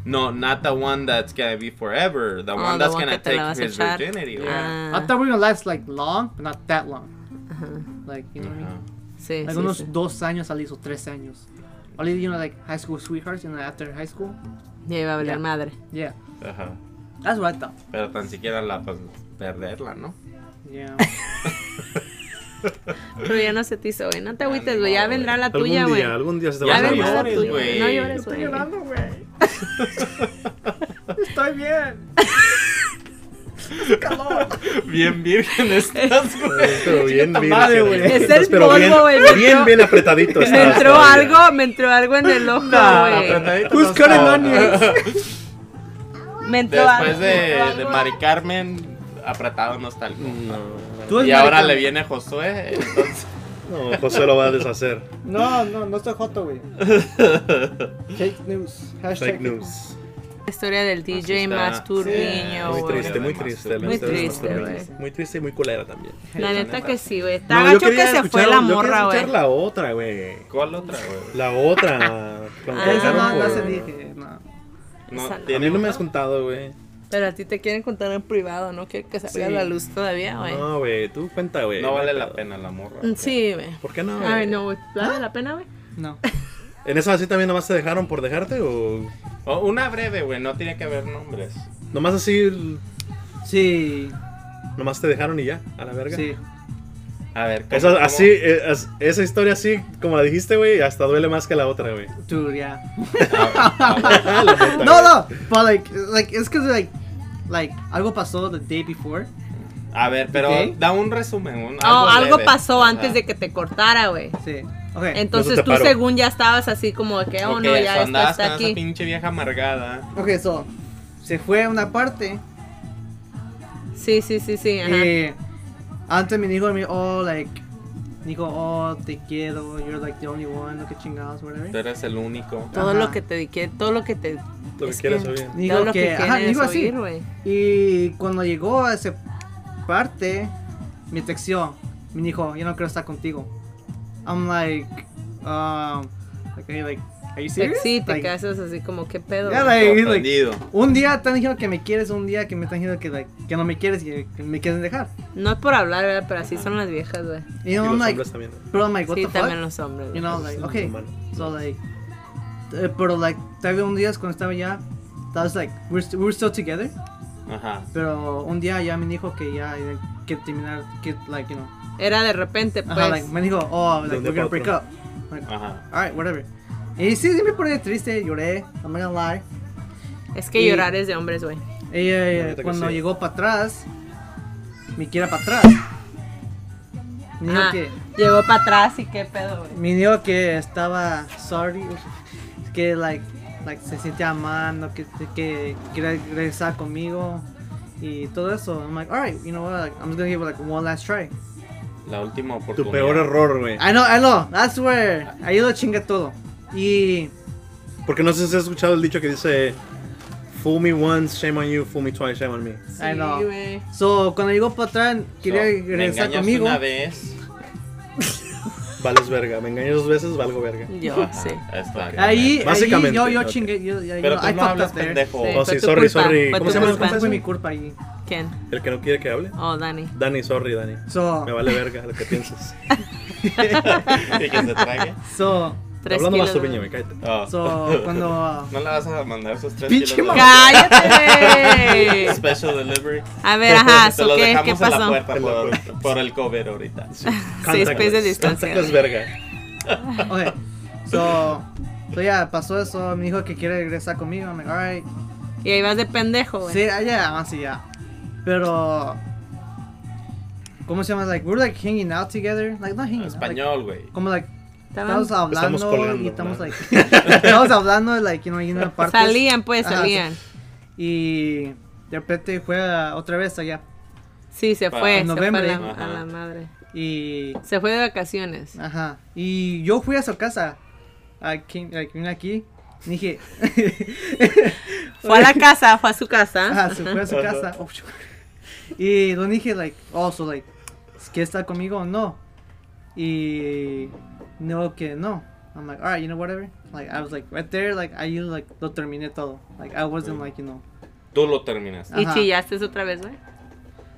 No, not the one that's gonna be forever. The one Oh, the that's one gonna que te la take vas a his echar. virginity. Yeah. Ah. I thought we were gonna last like long, but not that long. Uh-huh. Like, you know what I mean? Sí, Like sí, unos sí. dos años at least, o tres años. Only, you know, like high school sweethearts, you know, after high school. Ya iba a valer Ya. madre. Yeah. Ajá. That's what I thought. Pero tan siquiera la pues, perderla, ¿no? Yeah. Pero ya no se te hizo, güey. No te agüites, ni güey. Ya modo, vendrá la Algún tuya, güey. día, algún día se te va Ya a hacer ves, vendrá la llores, tuya. güey. No llores, Estoy güey. llorando, güey. Estoy bien. calor. Bien virgen estás, güey. Pero bien, bien. madre, así, güey. Es estás, el pero bien- polvo, güey, me entró- Bien, bien apretadito. Me estás entró todavía. algo, me entró algo en el ojo, güey. Pues apretadito Who's no cutting estaba. onions? Me entró algo. Después me entró de, algo. de Mari Carmen, apretado no está el compa. Tú eres Y ahora maricón. le viene Josué, entonces. No, José lo va a deshacer. No, no, no estoy joto, güey. Fake news. Hashtag Fake news. La historia del DJ Así está. Masturbiño, Muy güey. triste, muy triste. la Muy historia de los triste, masturbinos. güey. Muy triste y muy culera también. La neta que sí, güey. Está No, yo gacho quería que se fue escuchar- la yo quería morra, escuchar güey. la otra, güey. ¿Cuál otra, güey? La otra. cuando Ah. Esa empezaron no, no por- se dije, no. No, Esa no. A mí no me has contado, güey. Pero a ti te quieren contar en privado, ¿no? Quiero que salga a Sí. la luz todavía, güey. No, güey, tú cuenta, güey. no vale la pena la morra. Mm, Sí, güey. ¿Por qué no? güey? Ay, no, güey. ¿Vale la pena, güey? No. ¿En esa así también nomás te dejaron por dejarte o...? O una breve, güey, no tiene que ver nombres. Nomás así, Sí. nomás te dejaron y ya, a la verga. Sí. A ver, ¿cómo- Esa, cómo? así, eh, as- esa historia así, como la dijiste, güey, hasta duele más que la otra, güey. Dude, yeah. A ver, a ver. Ah, la neta, No, güey. no. But like, like it's because like, like algo pasó the day before. A ver, pero Ok. da un resumen. un- Oh, algo leve. pasó Ajá. antes de que te cortara, güey. Sí. Okay. Eso Entonces te tú paró. según ya estabas así como de que, oh Ok, no, so ya esto andabas está con esa aquí. pinche vieja amargada. Okay, so se fue a una parte. Sí, sí, sí, sí, ajá. Eh, antes me dijo a mí, oh, like, dijo, oh, te quiero, you're like the only one, no que chingados, Tú whatever. eres el único. todo ajá. lo que te di- todo lo que te Lo que es quieras, que- oye. Digo todo lo que- que, ajá, quieres digo así. oír, güey. Y cuando llegó a esa parte, me texteó, me dijo, yo no quiero estar contigo. I'm like, um, like, are you, like, are Te- you serious? Sí, te Like, quedas así como qué pedo. yeah, güey? like, he's like, Ofendido. un día te han dicho que me quieres, un día que me están diciendo que, like, que no me quieres y que me quieren dejar. No es por hablar, ¿verdad? pero así son las viejas, güey. Y Y I'm los like, hombres también. pero I'm like, what Sí, the fuck? también los hombres. You güey. know, like, Es okay. normal. So, like, eh, pero, like, tal vez un día es cuando estaba ya, that was like, we're, st- we're still together, Ajá. pero un día ya me dijo que ya, eh, que terminar, que, like, you know, Era de repente, pues. ajá, like, me dijo, oh, De like, un we're día gonna pa' break otro. up. Like, Ajá. alright, whatever. Y sí, sí me pone triste, lloré, I'm not gonna lie. es que y- llorar es de hombres, güey. Ella, eh, La neta que cuando sí. llegó para atrás, me quiera para atrás. Me dijo Ajá. que... Llegó para atrás y qué pedo, güey. Me dijo que estaba sorry, que like, like se sentía amando, que, que quería regresar conmigo y todo eso. I'm like, alright, you know what, like, I'm just gonna give it like one last try. La última oportunidad. Tu peor error, güey. I know, I know, that's where, ahí lo chinga todo. Y, Porque no sé si has escuchado el dicho que dice... Fool me once, shame on you. Fool me twice, shame on me. I know. Sí, güey. So, cuando llegó para atrás, So, quería me regresar engañas conmigo. una vez. Vales verga. Me engañas dos veces, valgo verga. Yo, Ajá, sí. está. Ahí, Básicamente, ahí yo, yo ok. chingué, yo, yo, Pero yo- tú I no fucked hablas up there. pendejo. Oh, fue sí, tu sorry, sorry. fue ¿Cómo tu se llama el culpa. Fue mi culpa ahí. ¿Quién? El que no quiere que hable. Oh, Dani. Dani, sorry, Dani. So, Me vale verga lo que piensas. Y que se trague. so, Tres Hablando kilos. más sobre me cállate. Oh. so, cuando... No le vas a mandar esos tres Pinche kilos de- ¡Cállate! güey! Special delivery. A ver, ajá, Te ¿so lo ¿qué, dejamos ¿qué en la pasó? puerta En la por, por el cover ahorita. Seis Contactless. pies de distancia. Contactless verga. Ok, so, so ya pasó eso, me dijo que quiere regresar conmigo, I'm like, alright. Y ahí vas de pendejo, güey. Sí, ah, ya, ah, sí, ya. Pero, ¿cómo se llama? Like, we're like hanging out together, like not hanging out. like, Español, güey. como like, Estaban- estamos hablando Estamos colgando, y estamos ¿no? like, estamos hablando, like, you know, y en una parte. Salían, pues, Ajá, salían. Y de repente fue a- otra vez allá. Sí, se Para- fue. en se fue a noviembre. la, a la Ajá. madre. Y, Se fue de vacaciones. ajá. Y yo fui a su casa. I came, like, vine aquí. y Dije, Fue a la casa, fue a su casa. Ajá, Ah, se fue a su casa. Oh, chu- y "Oh, lo dije, like, also, like, ¿quieres estar conmigo o no? Y no, que no. I'm like, alright, you know, whatever. Like, I was like, right there, like, I usually, like, lo terminé todo. Like, I wasn't, like, you know. Tú lo terminaste. Y Ajá. chillaste otra vez, güey.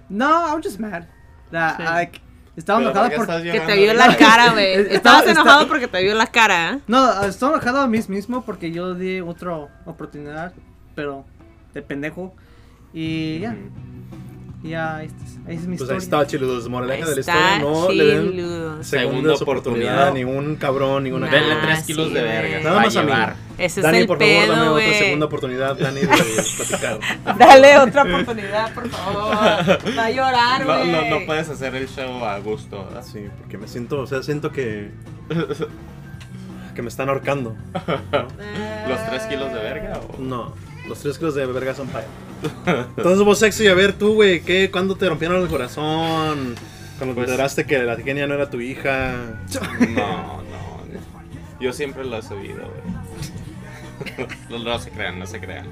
No, I was just mad. That, Sí. like, estaba enojada por. Que te vio en la cara, güey. Está- Estabas está- enojado porque te vio en la cara. ¿eh? No, estaba enojado a mí mismo porque yo le di otra oportunidad, pero de pendejo. Y ya, Mm. ya, esta es- esa es mi Pues ahí historia. está, chiludos. Moraleja de la Está historia. No le den chiludo. segunda Segunda oportunidad. oportunidad a ningún cabrón, ninguna Nah. Denle cabrona. tres kilos Ah, sí, de güey. verga. Nada más a mí. Ese es Dani, el por favor, dame pedo, otra güey. segunda oportunidad, Dani, de platicar. Dale otra oportunidad, por favor. Va a llorar, No, güey. no, no puedes hacer el show a gusto, ¿verdad? Ah, Sí, porque me siento, o sea, siento que. que me están ahorcando. ¿Los tres kilos de verga o...? No, los tres kilos de verga son para. Entonces vos sexy, a ver tú, güey, ¿qué? ¿Cuándo te rompieron el corazón? Cuando Pues- te enteraste que la genia no era tu hija. No, no. Yo siempre lo he sabido, güey. No, no se crean, no se crean.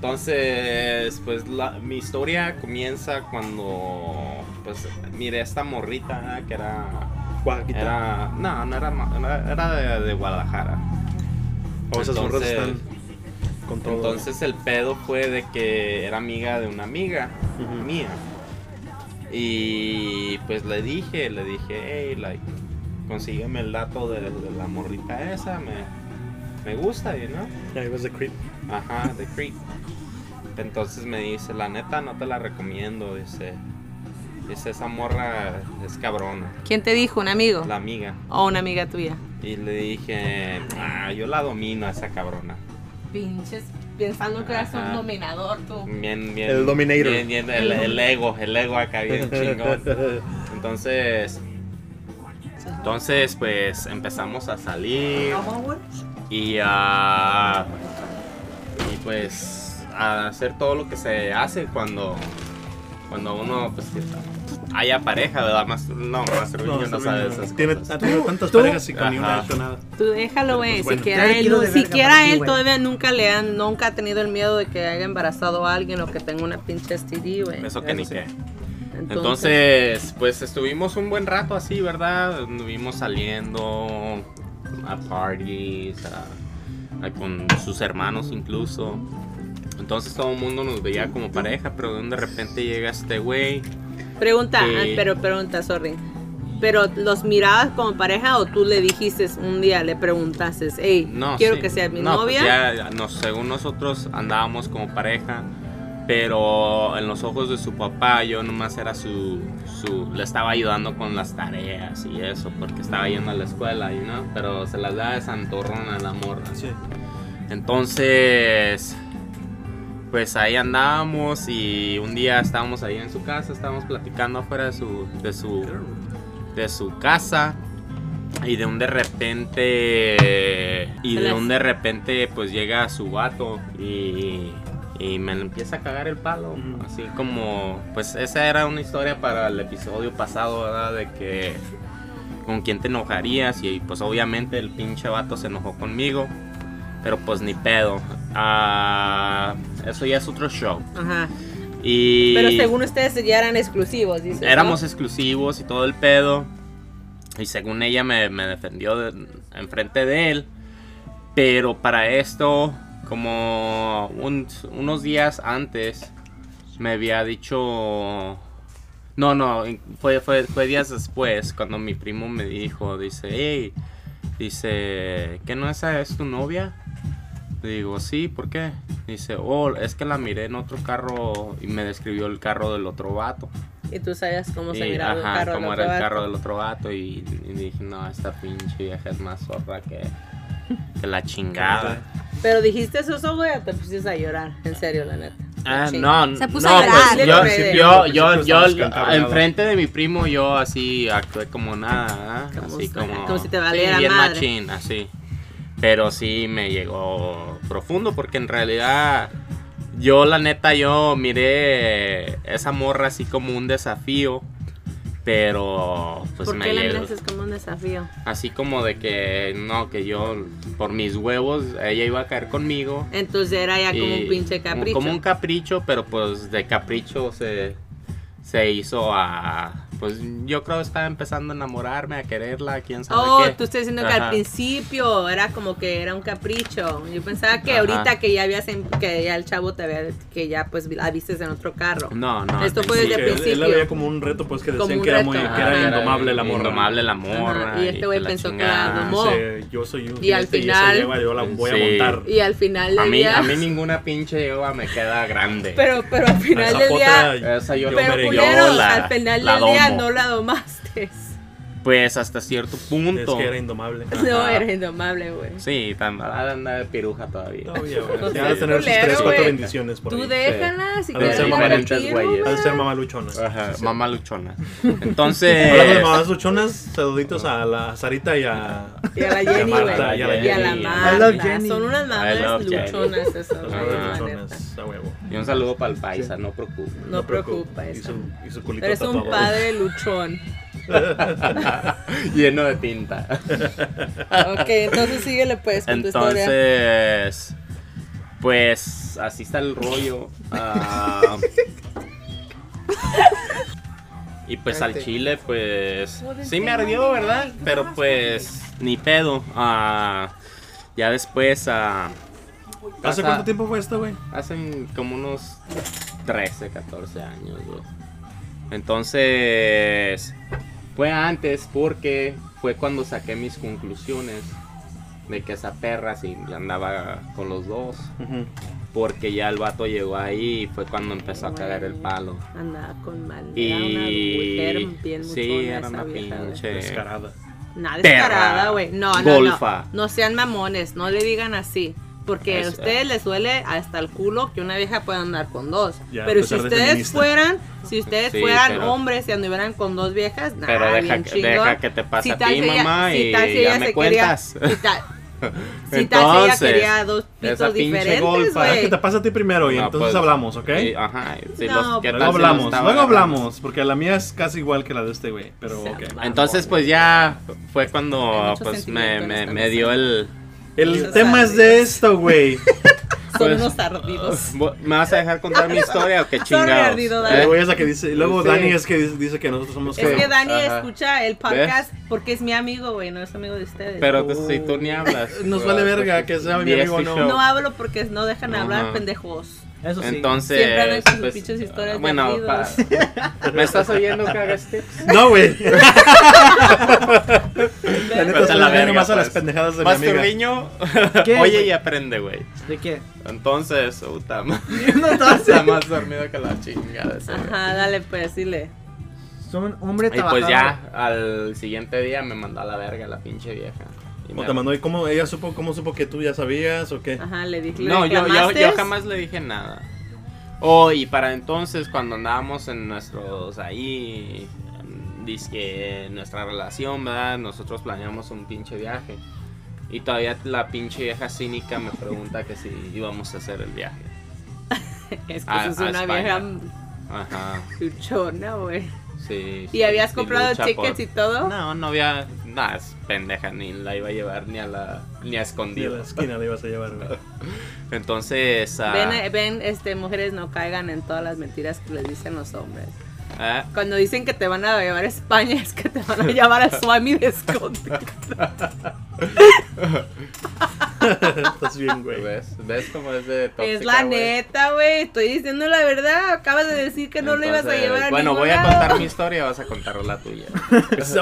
Entonces, pues la- mi historia comienza cuando, pues, miré a esta morrita que era... Oaxaquita. era no, no era, ma- no era- era de, de Guadalajara. O esas morras Entonces- están con todo. Entonces el pedo fue de que era amiga de una amiga Ujú. mía. Y pues le dije, le dije, hey, like, consígueme el dato de, de la morrita esa, me, me gusta, y ¿no? Ahí ves de creep. Ajá, de Creep. Entonces me dice, la neta no te la recomiendo, dice. Dice, esa morra es cabrona, ¿Quién te dijo? ¿Un amigo? la amiga. ¿O una amiga tuya? Y le dije, ah, yo la domino a esa cabrona. Pinches, pensando que eras un Ajá. dominador, tú. Bien, bien. El Dominator. bien, bien, el, el ego, el ego acá bien chingón. Entonces, entonces pues empezamos a salir y a y pues a hacer todo lo que se hace cuando cuando uno pues que haya pareja, ¿verdad? Más no, más no, no sabe esas Tiene, cosas. ha tenido tantas parejas y con ni una Ajá. ha hecho nada. Tú déjalo, güey. Pues bueno. siquiera Tres él, kilos de verga para siquiera ti, él güey. todavía nunca le han, nunca ha tenido el miedo de que haya embarazado a alguien o que tenga una pinche STD, güey. Eso que ni Eso sí. qué. Entonces, pues estuvimos un buen rato así, ¿verdad? Estuvimos saliendo a parties, a- a con sus hermanos incluso. Entonces todo el mundo nos veía como pareja, pero de un de repente llega este güey. Pregunta, Eh. ah, pero pregunta, sorry. Pero los mirabas como pareja o tú le dijiste un día, le preguntaste, hey, No, quiero sí. que sea mi No, pues novia. ya, nos- según nosotros andábamos como pareja, pero en los ojos de su papá yo nomás era su, su le estaba ayudando con las tareas y eso, porque estaba yendo a la escuela, you know, pero se las daba de santorrón a la morra. Sí. Entonces, pues ahí andábamos y un día estábamos ahí en su casa, estábamos platicando afuera de su, de su, de su casa. Y de un de repente. Y Se de les- un de repente, pues llega su vato y. Y me empieza a cagar el palo. Mm. Ujú. Así como. Pues esa era una historia para el episodio pasado, ¿verdad? De que. Con quién te enojarías. Y pues obviamente el pinche vato se enojó conmigo. Pero pues ni pedo. Ah, eso ya es otro show. Ajá. Y. Pero según ustedes ya eran exclusivos, dices, ¿no? Éramos exclusivos y todo el pedo. Y según ella me, me defendió de- enfrente de él. Pero para esto, como un- unos días antes, me había dicho... No, no, fue, fue, fue días después cuando mi primo me dijo, dice, hey, dice, ¿que no esa es tu novia? Le digo, sí, ¿por qué? Dice, oh, es que la miré en otro carro y me describió el carro del otro vato. Y tú sabías cómo se Y, miraba el ajá, carro. cómo del era el otro carro vato. del otro vato y, y dije, no, esta pinche vieja es más zorra que, que la chingada. Pero dijiste eso, güey, o te pusiste a llorar. En serio, la neta. Ah, Sí. no, Se puso no, a llorar. pues, Sí, sí, yo, yo, sí, yo, sí, estamos yo, cantaronados. enfrente de mi primo, yo así actué como nada, ¿ah? Como así si- como, como si te sí, valiera bien madre. machín, así. Pero sí me llegó profundo porque en realidad yo la neta yo miré esa morra así como un desafío, pero pues ¿Por me qué la llegó. miras como un desafío? Así como de que no, que yo por mis huevos ella iba a caer conmigo. Entonces era ya como y- un pinche como- capricho. Como un capricho, pero pues de capricho se, se hizo a, pues yo creo que estaba empezando a enamorarme, a quererla, quién sabe Oh, qué. tú estás diciendo que Ajá. al principio era como que era un capricho. Yo pensaba que Ajá. ahorita que ya habías, en- que ya el chavo te había, que ya pues la viste en otro carro. No, no. Esto al fue principio. desde que él, el él la principio. veía como un reto, pues que Como decían un que era, reto. muy, que Ajá, era era indomable la morra. Indomable la morra. Ajá, y este güey que la pensó que chingada. la domó. Dice, yo soy un Y al jinete final- esa yegua yo la voy Sí. a montar. Y al final A del mí, día. a mí ninguna pinche yegua me queda grande. Pero, pero al final Esa del potra, día. Esa yo, Pero, yo Pero merengue, culero, la- al final la del día domo. no la domaste. Pues hasta cierto punto. Es que era indomable. No, Ajá. eres indomable, güey. Sí, tan anda de piruja todavía. Todavía, güey. Pues Ya ha de es tener sus culero, 3, 4 güey. bendiciones por Tú ahí. déjala, si Ha de quieres ser ir a diferentes mentir, güeyes. Ha de güey. ser mamá luchona. Ajá, Sí, sí. mamá luchona. Hablando de Entonces. mamás luchonas, saluditos a la Sarita y a, Y a la Jenny, y a Marta, güey. y a la Y a la Jenny. I love Marta. Jenny. Son unas I love mamás Jenny. luchonas esas. Las güey, mamás Ah, la neta. luchonas, a huevo. Y un saludo para el paisa, no preocupes. No preocupa Y eso. su, y su culito Eres un tapado. padre luchón. Lleno de tinta. Ok, entonces síguele pues con tu historia. Entonces, pues así está el rollo. Ah, y pues al chile, pues sí me ardió, ¿verdad? Pero pues ni pedo. Ah, ya después, ah, ¿Hace cuánto tiempo fue esto, güey? hacen como unos 13, 14 años, güey. Entonces, fue antes porque fue cuando saqué mis conclusiones de que esa perra sí andaba con los dos. Porque ya el vato llegó ahí y fue cuando empezó a cagar el palo. Andaba con mal. Era una mujer Y bien sí, luchona era esa una vieja, güey. pinche Descarada. Nada perra, descarada, güey. No, no, golfa. no. No sean mamones, no le digan así. Porque a Es- ustedes les duele hasta el culo que una vieja pueda andar con dos. Ya, pero a si pesar de ustedes feminista. fueran, si ustedes Sí, fueran pero- hombres y anduvieran con dos viejas, nada, Pero deja, bien que- chingón. deja que te pase Si a tal ti, si ella- mamá, si y tal si ella ya se me quería- cuentas. si tal- si tal si ella Entonces, quería dos esa pitos pinche diferentes, golfa. Para güey. que te pase a ti primero y No, entonces pues, hablamos, ¿ok? y- ajá. si No, los- pues, ¿qué Luego tal si los hablamos, estaba luego agarrando? hablamos, porque la mía es casi igual que la de este güey, pero ok. Entonces pues ya fue cuando Hay mucho pues me, sentimiento en me- esta me mesa. dio el... El tema es de esto, güey. Son pues, unos ardidos. ¿Vo- ¿Me vas a dejar contar mi historia o qué chingados? ardido, ¿Eh? dale. Y luego es la que dice, y luego Sí. Dani es que dice, dice que nosotros somos Es que Dani Ajá. escucha el podcast porque es mi amigo, güey, no es amigo de ustedes. Pero pues, si tú ni hablas. pues, Nos vale verga que sea mi Ni amigo o este no. show. no hablo porque no dejan Ajá. hablar pendejos. Eso sí. Entonces... Siempre andan con sus pues, pinches historias de Bueno, ardidos. pa- ¿me estás oyendo que hagas tips? No, güey. La Vete a neta la la verga, verga más a pues. las pendejadas de mi Más amiga. turriño, ¿Qué, oye güey? y aprende, güey. ¿De qué? Entonces, puta madre, Entonces, está más dormido que la chingada. ese güey. Ajá, dale pues, dile. soy un hombre Y trabajador. pues ya, al siguiente día me mandó a la verga la pinche vieja. Y O me- te mandó y cómo ella supo, cómo supo que tú ya sabías o qué. Ajá, le dije. No, yo, yo, yo jamás le dije nada. Oh, y para entonces, cuando andábamos en nuestros ahí, dice que nuestra relación, ¿verdad? Nosotros planeamos un pinche viaje. Y todavía la pinche vieja cínica me pregunta que si íbamos a hacer el viaje. Es que a- eso es a una vieja España. Ajá, luchona, güey. sí. ¿Y habías comprado lucha tickets por- y todo? No, no había nada, es pendeja, ni la iba a llevar ni a la ni a Ni a la escondidas. esquina le ibas a llevar, güey. Entonces, ah, Ven, eh, ven, este, mujeres no caigan en todas las mentiras que les dicen los hombres. ah, Cuando dicen que te van a llevar a España, es que te van a llevar a Swami de Escote. Estás bien, güey. ¿Ves? ¿Ves cómo es de tóxica, Es la güey? neta, güey. Estoy diciendo la verdad. Acabas de decir que no lo ibas a Entonces, llevar a Bueno, ningún voy a lado. contar mi historia, vas a contar la tuya.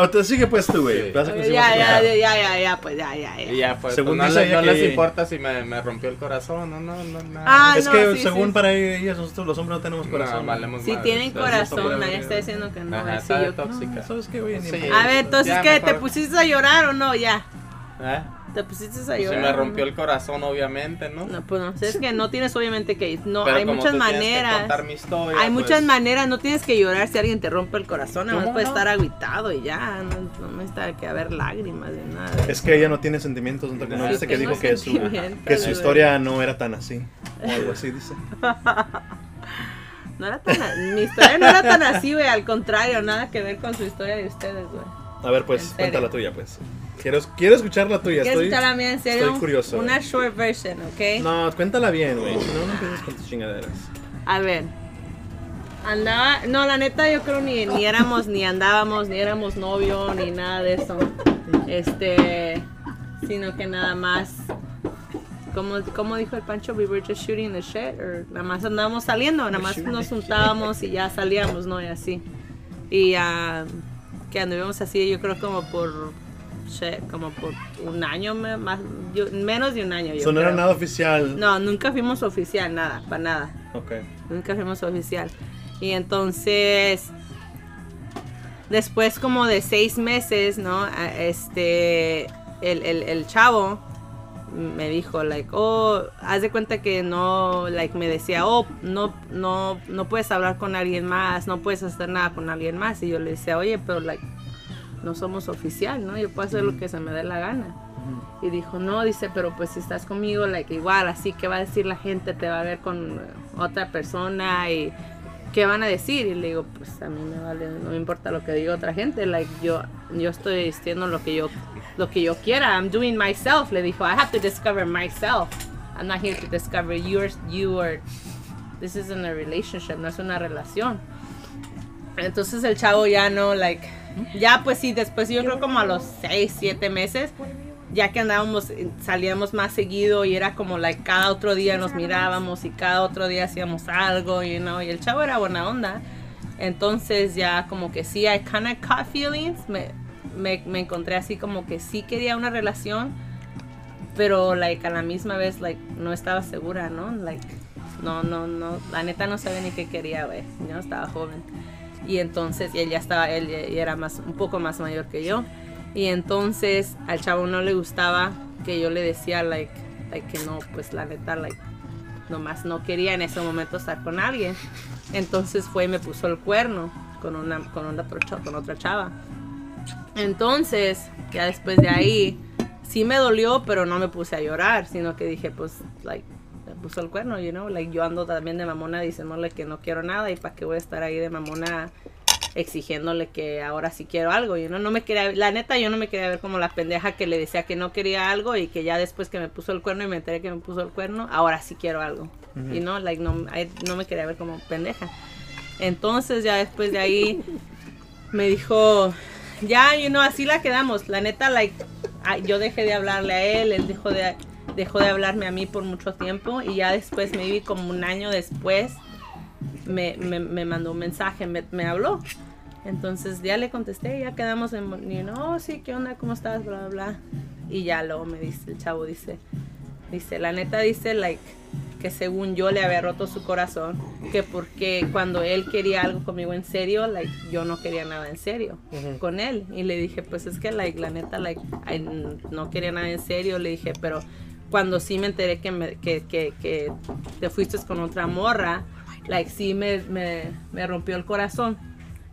O te sigue pues tú, Sí. güey. Vas a Ya, conseguir más ya, cosas. ya, ya, ya, ya, pues ya, ya, ya. Y ya pues, Según pues, no, dice le- ella no les que- importa si me, me rompió el corazón, no, no, no, no. Ah, Es no, que sí, según sí. para ellas, nosotros los hombres no tenemos No, corazón. valemos Si madre, tienen ustedes corazón, son nadie está pobres. diciendo que no, Ajá, así está de yo- tóxica. ¿Sabes qué, güey? Ni Sí. modo. A ver, entonces, Eh, Ya, ¿qué? ¿Te mejor. pusiste a llorar o no? Ya. ¿Eh? ¿Te pusiste a Pues, se llorar? me rompió el corazón, obviamente, ¿no? No, pues no. Es que no tienes obviamente que ir. No, Pero hay como muchas tú tienes que maneras. contar mi historia, Hay pues, muchas maneras, no tienes que llorar si alguien te rompe el corazón, nada más ¿Cómo puedes no? estar agüitado y ya, no, no necesita que haber lágrimas de nada. Es que ella no tiene sentimientos, ¿no, te- Sí, ¿no viste que tengo dijo que su, sentimientos, que su güey. historia no era tan así? O algo así, dice. No era tan, a- mi historia no era tan así, güey, al contrario, nada que ver con su historia de ustedes, güey. A ver, pues, ¿En serio? cuenta la tuya, pues. Quiero, quiero escuchar la tuya. ¿Quieres Estoy... escuchar la mía en serio? estoy curioso, Una eh. short version, ¿ok? No, cuéntala bien, güey. Si no, no empieces con tus chingaderas. A ver. Andaba, no, la neta yo creo ni, ni éramos, ni andábamos, ni éramos novio, ni nada de eso. Este, sino que nada más, como, como dijo el Pancho, we were just shooting the shit, or nada más andábamos saliendo, nada más nos juntábamos y ya salíamos, ¿no? Y así. Y ah, que anduvimos así, yo creo como por, shit, como por un año, me- más, yo- menos de un año. Yo Eso no era creo. nada oficial. No, nunca fuimos oficial, nada, para nada. Ok. Nunca fuimos oficial. Y entonces, después como de seis meses, ¿no? A- Este, el, el- el chavo me dijo, like, oh, haz de cuenta que no, like, me decía, oh, no, no, no puedes hablar con alguien más, no puedes hacer nada con alguien más. Y yo le decía, oye, pero, like, no somos oficial, ¿no? Yo puedo hacer lo que se me dé la gana. Y dijo, no, dice, pero pues si estás conmigo, like, igual, así que va a decir la gente, te va a ver con eh, otra persona y qué van a decir. Y le digo, pues a mí me vale, no me importa lo que diga otra gente, like, yo, yo estoy diciendo lo que yo, lo que yo quiera, I'm doing myself. Le dijo, I have to discover myself. I'm not here to discover you or, you or this isn't a relationship, no es una relación. Entonces el chavo ya no, like, ya pues sí, después yo creo como a los 6, 7 meses, ya que andábamos, eh, salíamos más seguido y era como, like, cada otro día nos mirábamos y cada otro día hacíamos algo, you know, y el chavo era buena onda. Entonces ya como que sí, I kind of caught feelings, me, me, me encontré así como que sí quería una relación, pero, like, a la misma vez, like, no estaba segura, ¿no? Like, no, no, no, la neta no sabía ni qué quería, güey, yo estaba joven y entonces y él ya estaba él ya- ya era más un poco más mayor que yo y entonces al chavo no le gustaba que yo le decía like, like que no pues la neta like nomás no quería en ese momento estar con alguien entonces fue y me puso el cuerno con una con una otro cha- con otra chava entonces ya después de ahí sí me dolió pero no me puse a llorar sino que dije pues like me puso el cuerno, you know, like yo ando también de mamona diciéndole que no quiero nada y para qué voy a estar ahí de mamona exigiéndole que ahora sí quiero algo, you know, no me quería, la neta yo no me quería ver como la pendeja que le decía que no quería algo y que ya después que me puso el cuerno y me enteré que me puso el cuerno, ahora sí quiero algo, you know, like no, I- no me quería ver como pendeja. Entonces ya después de ahí me dijo, ya, you know, así la quedamos. La neta, like, ah, yo dejé de hablarle a él, él dejó de, dejó de hablarme a mí por mucho tiempo y ya después, me vi como un año después, me, me, me mandó un mensaje, me, me habló. Entonces ya le contesté, ya quedamos en, you know, "Oh, sí, ¿qué onda? ¿Cómo estás? Bla, bla, bla. Y ya luego me dice, el chavo dice, dice, la neta dice, like, que según yo le había roto su corazón, que porque cuando él quería algo conmigo en serio, like, yo no quería nada en serio con él. Y le dije, pues es que, like, la neta, like, I n- no quería nada en serio. Le dije, pero cuando sí me enteré que, me- que, que, que te fuiste con otra morra, like, sí me, me, me rompió el corazón.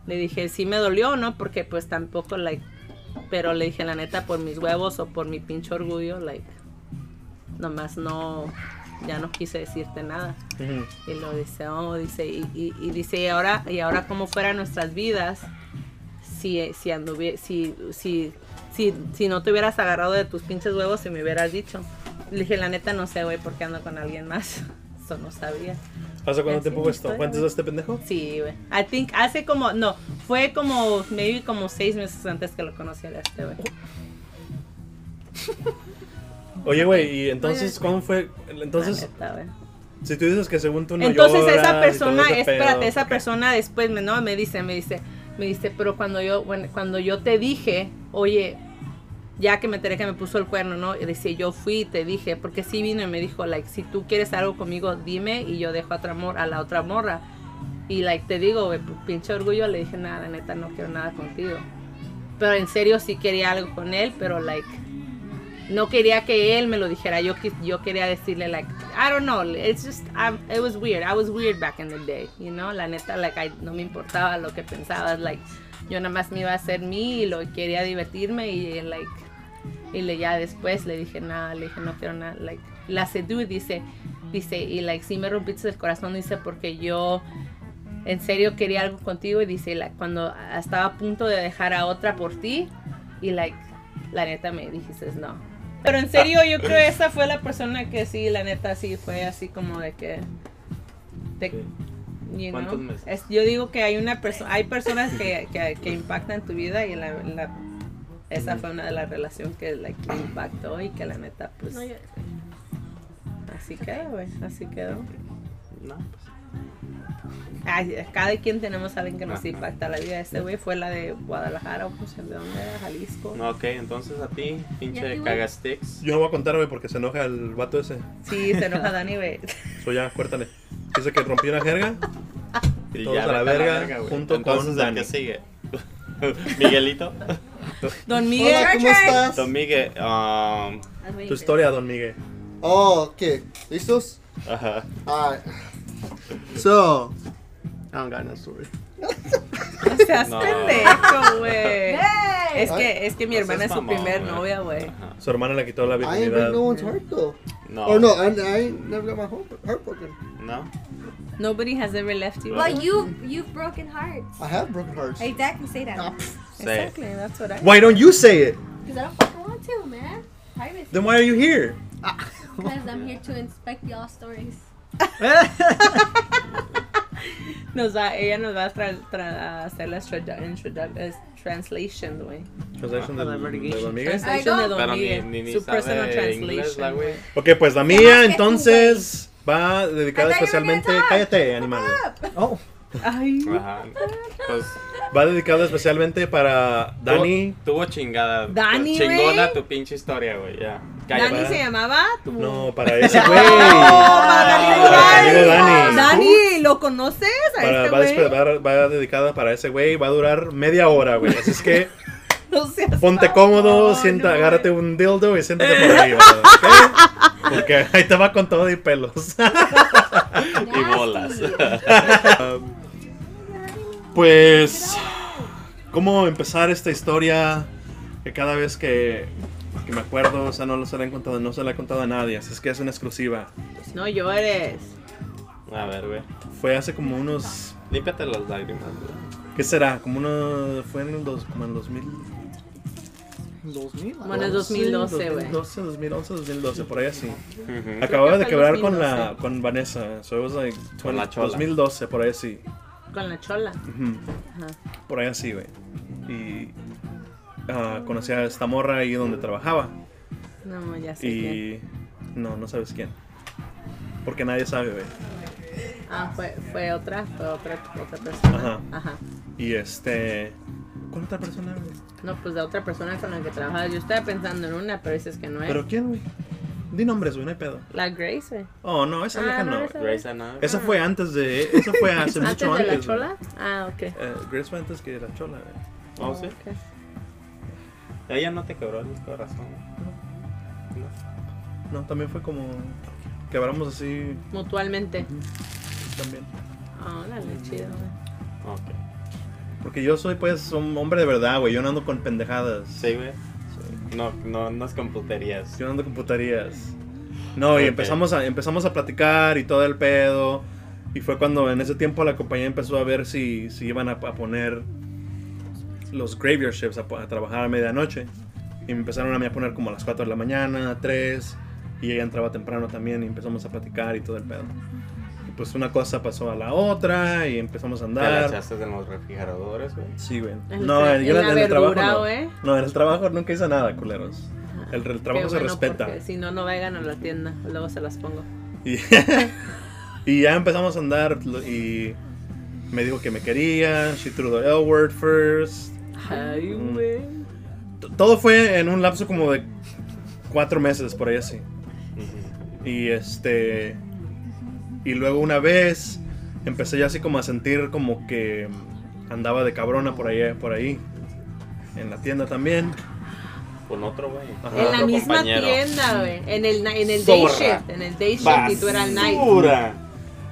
Le dije, sí me dolió, ¿no? Porque pues tampoco, like, pero le dije, la neta, por mis huevos o por mi pinche orgullo, like, nomás no, ya no quise decirte nada. Y lo dice, oh, dice, y, y- y dice, y ahora, y ahora cómo fueran nuestras vidas si, si anduvi- si, si, si, si no te hubieras agarrado de tus pinches huevos y me hubieras dicho. Le dije, la neta, no sé, güey, por qué ando con alguien más. Eso no sabía. ¿Hace cuánto Así tiempo me fue esto? estoy, ¿Cuánto es güey. este pendejo? Sí, güey. I think hace como, no, fue como, maybe como seis meses antes que lo conociera este, güey. Oye, güey, y entonces, ¿cómo fue? Entonces, La neta, güey. si tú dices que según tú no Entonces lloras y esa todo persona, ese pedo, espérate, esa ok. persona después me, no, me dice, me dice, me dice, pero cuando yo, bueno, cuando yo te dije, oye, ya que me enteré que me puso el cuerno, ¿no? Y dice, yo fui y te dije, porque sí vino y me dijo, like, si tú quieres algo conmigo, dime y yo dejo a, otra mor- a la otra morra. Y, like, te digo, güey, por pinche orgullo, le dije, nada, la neta, no quiero nada contigo. Pero en serio sí quería algo con él, pero, like, no quería que él me lo dijera. Yo, quis- yo quería decirle, like, I don't know, it's just, I'm- it was weird. I was weird back in the day, you know? La neta, like, I- no me importaba lo que pensabas, like, yo nada más me iba a hacer mí y lo quería divertirme y, like, y le, ya después le dije, nada, le dije, no quiero nada, like, la seduce, dice, dice, y, like, si me rompiste el corazón, dice, porque yo en serio quería algo contigo y dice like, cuando estaba a punto de dejar a otra por ti y like la neta me dijiste no pero en serio yo creo que esa fue la persona que sí la neta sí fue así como de que de, you ¿Cuántos know? meses? Es- yo digo que hay una persona, hay personas que, que, que impactan tu vida y la, la- esa fue una de las relaciones que like, me impactó y que la neta, pues, No, yo- así quedó, güey, así quedó. No, pues. Ay, cada quien tenemos a alguien que nos Ajá. impacta la vida. Este güey fue la de Guadalajara o pues, de dónde era, Jalisco. No, ok, entonces a ti, ¿Y a ti, pinche güey? cagastics. Yo no voy a contar, güey, porque se enoja el vato ese. Sí, se enoja Dani, güey. So ya, cuéntale. Dice que rompió una jerga. Y Todos ya a la vete verga, güey. junto entonces, con ¿a Dani. qué sigue? Miguelito. Don Miguel. Hola, ¿cómo estás? Don Miguel, um, that's what Tu you historia, don Miguel. Oh, ¿qué? ¿Listos? ajá. Alright. So, I don't got no story. No seas No. pendejo, güey. Hey! Eh, Es que, es que mi No hermana es seas su mamón, primer güey. novia, güey. Ajá. Su hermana le quitó la I ain't been virginidad. no one's heart though. No. Or no, I, I ain't never got my heart, heartbroken. No. Nobody has ever left you. But you, you've broken hearts. I have broken hearts. Exactly, say that. Ah, Because Say. Exactly, that's what I. Why don't you say it? I don't fucking want to, man. Privacy. Then why are you here? Ah. Because I'm here to inspect y'all stories. Nos va, ella nos va a, tra- tra- a hacer las tradu- introdu- es- translation, güey. Translation de, Ah, la de vergüenza. don Miguel. Translation de Ay, no. Don Pero ni, Miguel. ni, ni su personal sabe inglés, la translation. güey. Ok, pues la Nomás mía que tú, entonces va dedicada I thought you were gonna especialmente. talk. Cállate, animal. Oh, Ay, Ajá. Pues Va dedicada especialmente para Dani. tuvo, tuvo chingada. Dani, Chingona güey. tu pinche historia, güey. Ya. Cállate. Dani se llamaba. tu- No, para ese No, güey. Ah, Dani Para el amigo Dani. Dani. Dani, ¿lo conoces a Para- va, este despe- güey? va- va dedicada para ese güey. Va a durar media hora, güey. Así es que No seas ponte mamón, cómodo, sienta, güey. agárrate un dildo y siéntate Eh. por arriba. ¿ok? Porque ahí te va con todo y pelos. Y bolas. Pues, ¿cómo empezar esta historia? Que cada vez que, que me acuerdo, o sea, no se la he contado, no se la he contado a nadie, así es que es una exclusiva. No llores. A ver, güey. Fue hace como unos, Límpiate las lágrimas, güey. ¿qué será? Como uno, fue en el, dos, como en el 2000. los mil. Bueno, es 2012, güey. 2012, 2011, 2012, por ahí así. Ujú. Acababa de Creo que quebrar fue el con la 2012. con Vanessa, so it was like Con la 20- chola. 2012, por ahí así. Con la chola. Ujú. Ajá. Por ahí así, güey. Y ah, conocí a esta morra ahí donde trabajaba. No, ya sé. quién. Y. No, no sabes quién. Porque nadie sabe, güey. Ah, fue, fue otra, fue otra, otra persona. Ajá. Ajá. Y este. ¿Cuál otra persona, güey? No, pues de otra persona con la que trabajaba. Yo estaba pensando en una, pero dices que no es. ¿Pero quién, güey? Di nombres, güey, no hay pedo. La Grace, güey. Oh, no, esa Ah, vieja no, no. esa- güey. Grey's Anatomy. Eso fue antes de. Eso fue hace ¿Antes mucho de la antes. güey. chola? Ah, ok. Eh, Grace fue antes que la chola, güey. Oh, sí. Ok. Ella no te quebró el corazón. No, también fue como. Quebramos así Mutualmente. también. Ah, Órale, chido, güey. Ok. Porque yo soy, pues, un hombre de verdad, güey. Yo no ando con pendejadas. Sí, güey. No, no, no es con puterías. Yo no ando con putarías. No, y Ok. empezamos a, empezamos a platicar y todo el pedo. Y fue cuando en ese tiempo la compañía empezó a ver si, si iban a, a poner los graveyard shifts a, po- a trabajar a medianoche. Y me empezaron a mí a poner como a las 4 de la mañana, 3. Y ella entraba temprano también y empezamos a platicar y todo el pedo. Y pues una cosa pasó a la otra y empezamos a Te la andar. echaste en los refrigeradores, güey. Sí, güey. En No, la- en, yo en en la el trabajo. verdura, No. güey. No, en el trabajo nunca hice nada, culeros. Ah, El, el qué trabajo se bueno, respeta. porque Si no, no vayan a la tienda. Luego se las pongo. Y, y ya empezamos a andar lo- y me dijo que me quería, she threw the L word first. Ay, güey. T- Todo fue en un lapso como de cuatro meses, por ahí así. Y este... Y luego una vez empecé ya así como a sentir como que andaba de cabrona por ahí, por ahí. En la tienda también. Con otro, güey. Ajá. En la Otro misma compañero. tienda, güey. En el, na- en el day Zorra. shift. En el day shift y tú eras night. Basura.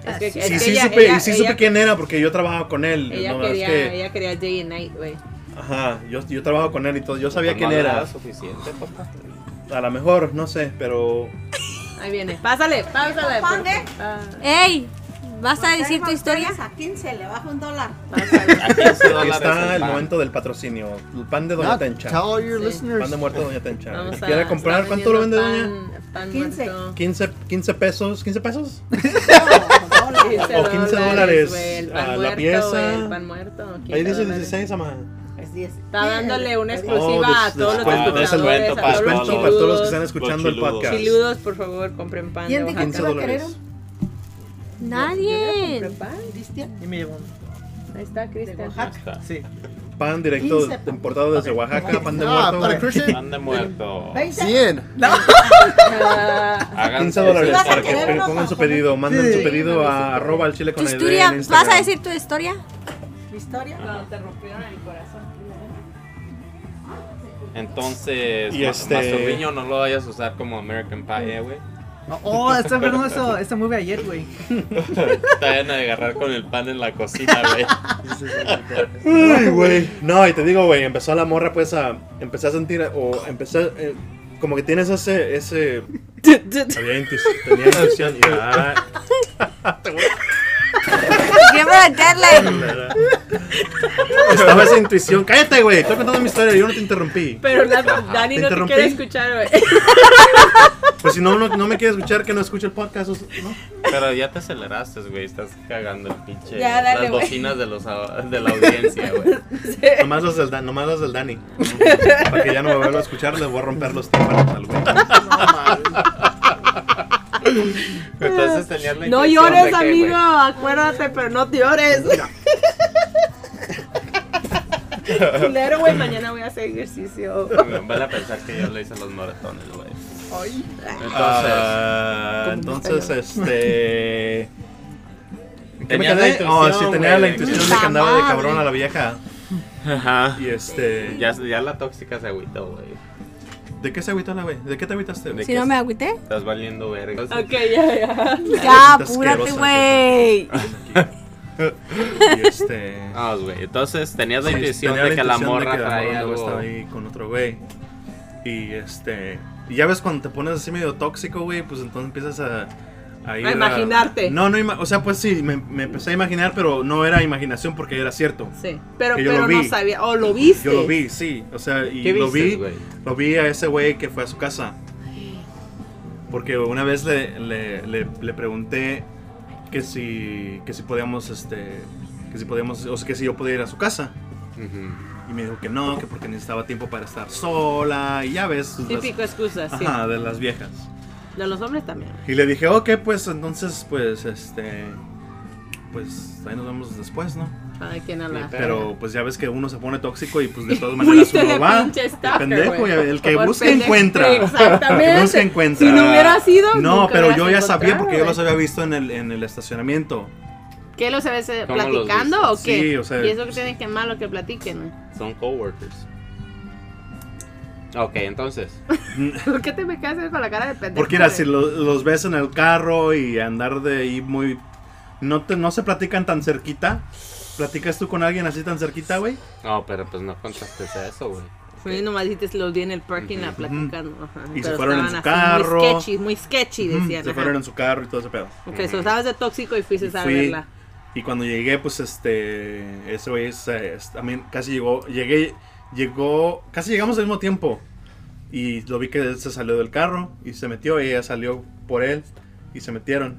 Es que, es Sí, que sí, ella, supe, ella- y sí supe ella- quién era porque yo trabajaba con él. Ella, no, es quería, que- ella quería day and night, güey. Ajá, yo, yo trabajo con él y todo. Yo sabía Pues No quién le era. daba suficiente, papá. A lo mejor, no sé, pero Ahí viene. Pásale, pásale. por- ¿Dónde? Ah, Ey, ¿vas a decir tu Traigo historia? ustedes A 15 le bajo un dólar. Aquí pásale. aquí está el momento del patrocinio. El pan de Doña Not Tencha. tell all your Sí. listeners. Pan de muerto de Doña Tencha. Vamos Si a- quiere comprar, está ¿cuánto lo vende vendiendo Doña? pan- pan 15. muerto. 15, 15 pesos. ¿15 pesos? No, no, O 15 dólares, güey, el pan ah, la muerto, pieza. güey, el pan muerto. 15 Ahí dice dólares. 16, amada. Es 10. Está dándole una exclusiva Oh, des- a Pues todos los descuento, descuento compradores, a todos los Descuento para todos los que están chiludos. escuchando el chiludos. podcast. Chiludos, por favor, compren pan de ¿Quién dijo que Oaxaca. iba a querer un- Nadie. Compren pan, Cristian. Y me llegó uno. Ahí está, De Cristian. Oaxaca. Sí. Pan directo 15 pan. importado desde Oaxaca, pan de Ah, muerto. güey. para Christian, Pan de muerto. 100. Ah, Hagan 15 dólares vas a para que querer pe- uno, pongan su Juanjo? pedido. Manden Sí. su pedido a arroba el chile ¿Tu con el D historia? en Instagram. ¿Vas a decir tu historia? ¿Mi historia? Cuando te rompieron el corazón. Entonces, Y ma- este- masturbiño no lo vayas a usar como American Pie, eh, güey. Oh, Oh, está viendo eso, esta movie ayer, güey. Te vayan a agarrar con el pan en la cocina, güey. Ay, güey. No, y te digo, güey, empezó la morra pues a... Empecé a sentir o empecé... eh, como que tienes ese... ese había intuición. Tenía intuición. ah, Ya. Quiero meterle. Estaba esa intuición. Cállate, güey. Estoy contando mi historia. Yo no te interrumpí. Pero la- ¿Te Dani no te interrumpí? quiere escuchar, güey. Pues si no, no, no me quieres escuchar, que no escuche el podcast. o sea, ¿no? Pero ya te aceleraste, güey. Estás cagando el pinche. Ya, dale, las güey. bocinas de, los, au- de la audiencia, güey. Nomás los del, Dan- nomás los del Dani. Para que ya no me vuelva a escuchar, le voy a romper los tímpanos al güey. Entonces tenías la No intención de llores, que, amigo. güey, Acuérdate, pero no te llores. Culero, güey. Mañana voy a hacer ejercicio. Van a pensar que yo le hice los moretones, güey. Ay. Entonces, Ah, entonces, este. ¿Qué me Tenías quedé? la intuición, Oh, sí, tenía la güey. intuición de Puta que andaba de madre. cabrón a la vieja. ajá. Y este. Ya, ya la tóxica se agüitó, güey. ¿De qué se agüitó la güey? ¿De qué te agüitaste? De Si que no me agüité. Estás valiendo verga. Ok, ya, ya. Ya, Estás apúrate, asquerosa, güey. Y este. Vamos, güey. Entonces tenías Ah, la sí, intuición tenía de que la intuición de morra que la traía morra luego algo. estaba ahí con otro güey. Y este. Y ya ves cuando te pones así medio tóxico, güey, pues entonces empiezas a. A, ir imaginarte. No, no, ima- o sea, pues sí, me, me empecé a imaginar, pero no era imaginación porque era cierto. Sí. Pero, Que yo pero lo no vi. sabía. O lo viste. Yo lo vi, sí, o sea, y ¿Qué lo viste, vi, güey? lo vi a ese güey que fue a su casa. Porque una vez le, le, le, le pregunté que si, que si podíamos, este, que si podíamos, o sea, que si yo podía ir a su casa. Ujú. Y me dijo que no, que porque necesitaba tiempo para estar sola. Y ya ves. las- Típico excusa, sí. ajá, de las viejas. De los hombres también. Y le dije, ok, pues entonces, pues, este. Pues ahí nos vemos después, ¿no? Cada quien a la. Pero pues ya ves que uno se pone tóxico y pues de todas maneras Fuiste de uno va. pinche El stalker, pendejo, güey. y el que Por busca pendejo. encuentra. Exactamente. El que busca encuentra. eh, Si no hubiera sido, No, nunca pero hubieras yo ya sabía encontrado, porque yo los güey. había visto en el, en el estacionamiento. ¿Qué los sabes eh, ¿Cómo los platicando o viste? qué? Sí, o sea, y eso que sí. tiene que malo que platiquen. Son coworkers. Ok, entonces. ¿Por qué te me quedas ahí con la cara de pendejo? Porque era, si güey? lo- los ves en el carro y andar de ahí muy... No, te, no se platican tan cerquita. ¿Platicas tú con alguien así tan cerquita, güey? No, pero pues no contaste a eso, güey. Sí, nomás dijiste, los vi en el parking la Ujú. platicando. ajá. Y se Pero fueron en estaban su así carro. Muy sketchy, muy sketchy, Mm, decían. se ajá. fueron en su carro y todo ese pedo. Ok, so estabas de tóxico y fuiste Y a fui. verla. Y cuando llegué, pues este... Ese güey se- es- también casi llegó... Llegué... Llegó... Casi llegamos al mismo tiempo. Y lo vi que él se salió del carro y se metió y ella salió por él y se metieron.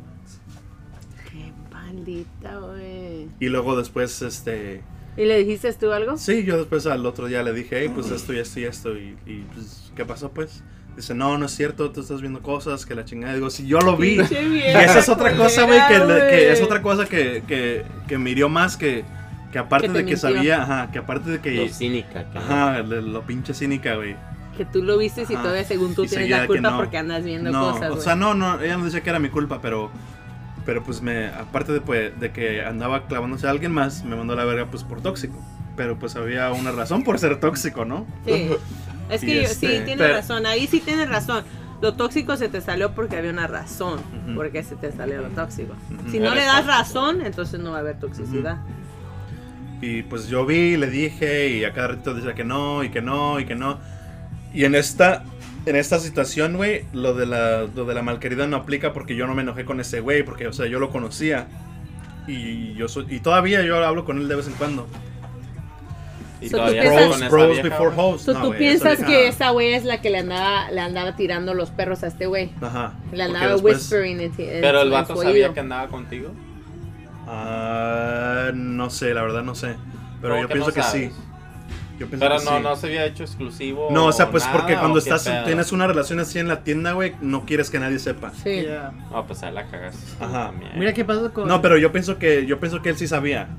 Qué maldita, güey. Y luego después, este... ¿Y le dijiste tú algo? Sí, yo después al otro día le dije, hey, pues esto y esto y esto. Y, y, pues, ¿qué pasó, pues? Dice, no, no es cierto, tú estás viendo cosas, que la chingada. Digo, si yo lo vi. Pinche Y vieja esa es otra culera, cosa, güey, que, le- que güey. es otra cosa que, que, que me hirió más que, que aparte Que te de que mintió. sabía, ajá, que aparte de Lo que. cínica, que Ajá, le- lo pinche cínica, güey. Que tú lo viste y Ajá. todavía según tú Y tienes seguía la que culpa no. porque andas viendo No, cosas, o güey. sea, no, no, ella no decía que era mi culpa, pero. Pero pues me. Aparte de, pues, de que andaba clavándose a alguien más, me mandó a la verga, pues por tóxico. Pero pues había una razón por ser tóxico, ¿no? Sí. Es Y que yo- este, sí, tienes pero- razón. Ahí sí tienes razón. Lo tóxico se te salió porque había una razón Ujú. porque se te salió lo tóxico. Ujú. Si no Eres le das tóxico. razón, entonces no va a haber toxicidad. Y pues yo vi, le dije, y a cada ratito decía que no, y que no, y que no. Y en esta, en esta situación, güey, lo de la, lo de la malquerida no aplica porque yo no me enojé con ese güey, porque, o sea, yo lo conocía. Y yo soy, y todavía yo hablo con él de vez en cuando. Y So, todavía tú está con piensas- Bros, esa bros vieja, before güey. hoes. So, No, ¿Tú güey, piensas esa que vieja- esa güey es la que le andaba, le andaba tirando los perros a este güey? Ajá. Le porque andaba después- whispering en ti- en Pero el su- en vato su sabía oído. que andaba contigo. Ah, no sé, la verdad no sé. Pero ¿Cómo yo que pienso no que sí. sabes? Yo pienso Pero Pues que no, sí. no se había hecho exclusivo. No, o sea, pues nada, porque cuando ¿o qué estás pedo? tienes una relación así en la tienda, güey, no quieres que nadie sepa. Sí. Yeah. No, pues ahí la cagaste. Ajá. También. Mira qué pasó con. No, pero yo pienso que yo pienso que él sí sabía.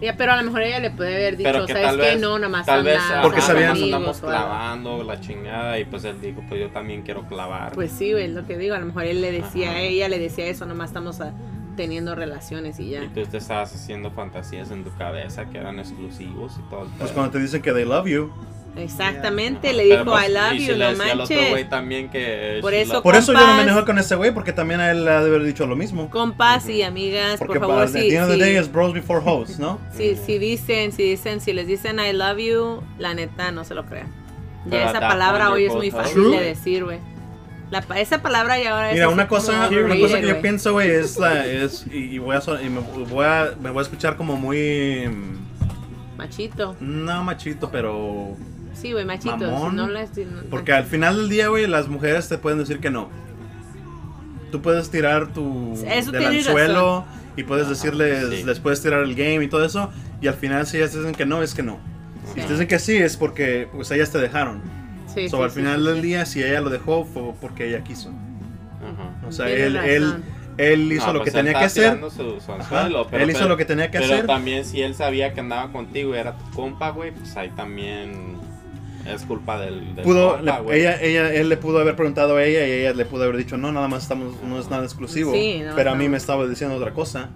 Ya, pero a lo mejor ella le puede haber dicho, Pero que ¿sabes tal qué? vez. No, nada más Tal vez. andamos, ajá, Porque nada sabían- más amigos andamos o algo. clavando la chingada. Y pues él dijo, pues yo también quiero clavar. Pues sí, güey, es lo que digo. A lo mejor él le decía Ajá. a ella, le decía eso, nomás estamos ah, teniendo relaciones y Y ya. tú te estabas haciendo fantasías en tu cabeza que eran exclusivos y todo. el Pues pedo. cuando te dicen que they love you. Exactamente, Ajá, le pero dijo, pues, I love y si you, le no decía al otro güey manches. también que. eh, Por she eso love- Por eso yo no me Compas. enojo con ese güey porque también a él ha de haber dicho lo mismo. Compas y amigas, Porque por favor, at the si, end of the si- day is bros before hoes, ¿no? si- si dicen, si dicen, si les dicen I love you, la neta, no se lo crean. Pero Ya esa that palabra point hoy you're es muy both fácil out. de decir, güey. La pa- Esa palabra ya ahora es Mira, así una como cosa, una cosa overrated, que yo güey. pienso, güey, es la es y, y voy a son- y me voy a me voy a escuchar como muy mm, Machito. no machito, pero Sí, güey, machito. Mamón. Si no las- si no- Porque al final del día, güey, las mujeres te pueden decir que no. Tú puedes tirar tu Eso del tienes anzuelo y puedes decirles, sí. les puedes tirar el game y todo eso. Y al final, si ellas te dicen que no, es que no. Si te dicen que sí, es porque pues ellas te dejaron. Sí, so, sí, al sí, final sí, del sí. día, si ella lo dejó, fue porque ella quiso. Ajá. O sea, Tienes él, razón. él, él hizo No, lo pues que él tenía que estaba hacer. tirando su- su Ajá. anzuelo, pero- él hizo pero- lo que tenía que Pero hacer. también si él sabía que andaba contigo y era tu compa, güey, pues ahí también es culpa del, del Pudo, compa, le- güey. ella, ella, él le pudo haber preguntado a ella y ella le pudo haber dicho, no, nada más estamos, no es nada exclusivo. Sí, no, pero a mí no. me estaba diciendo otra cosa.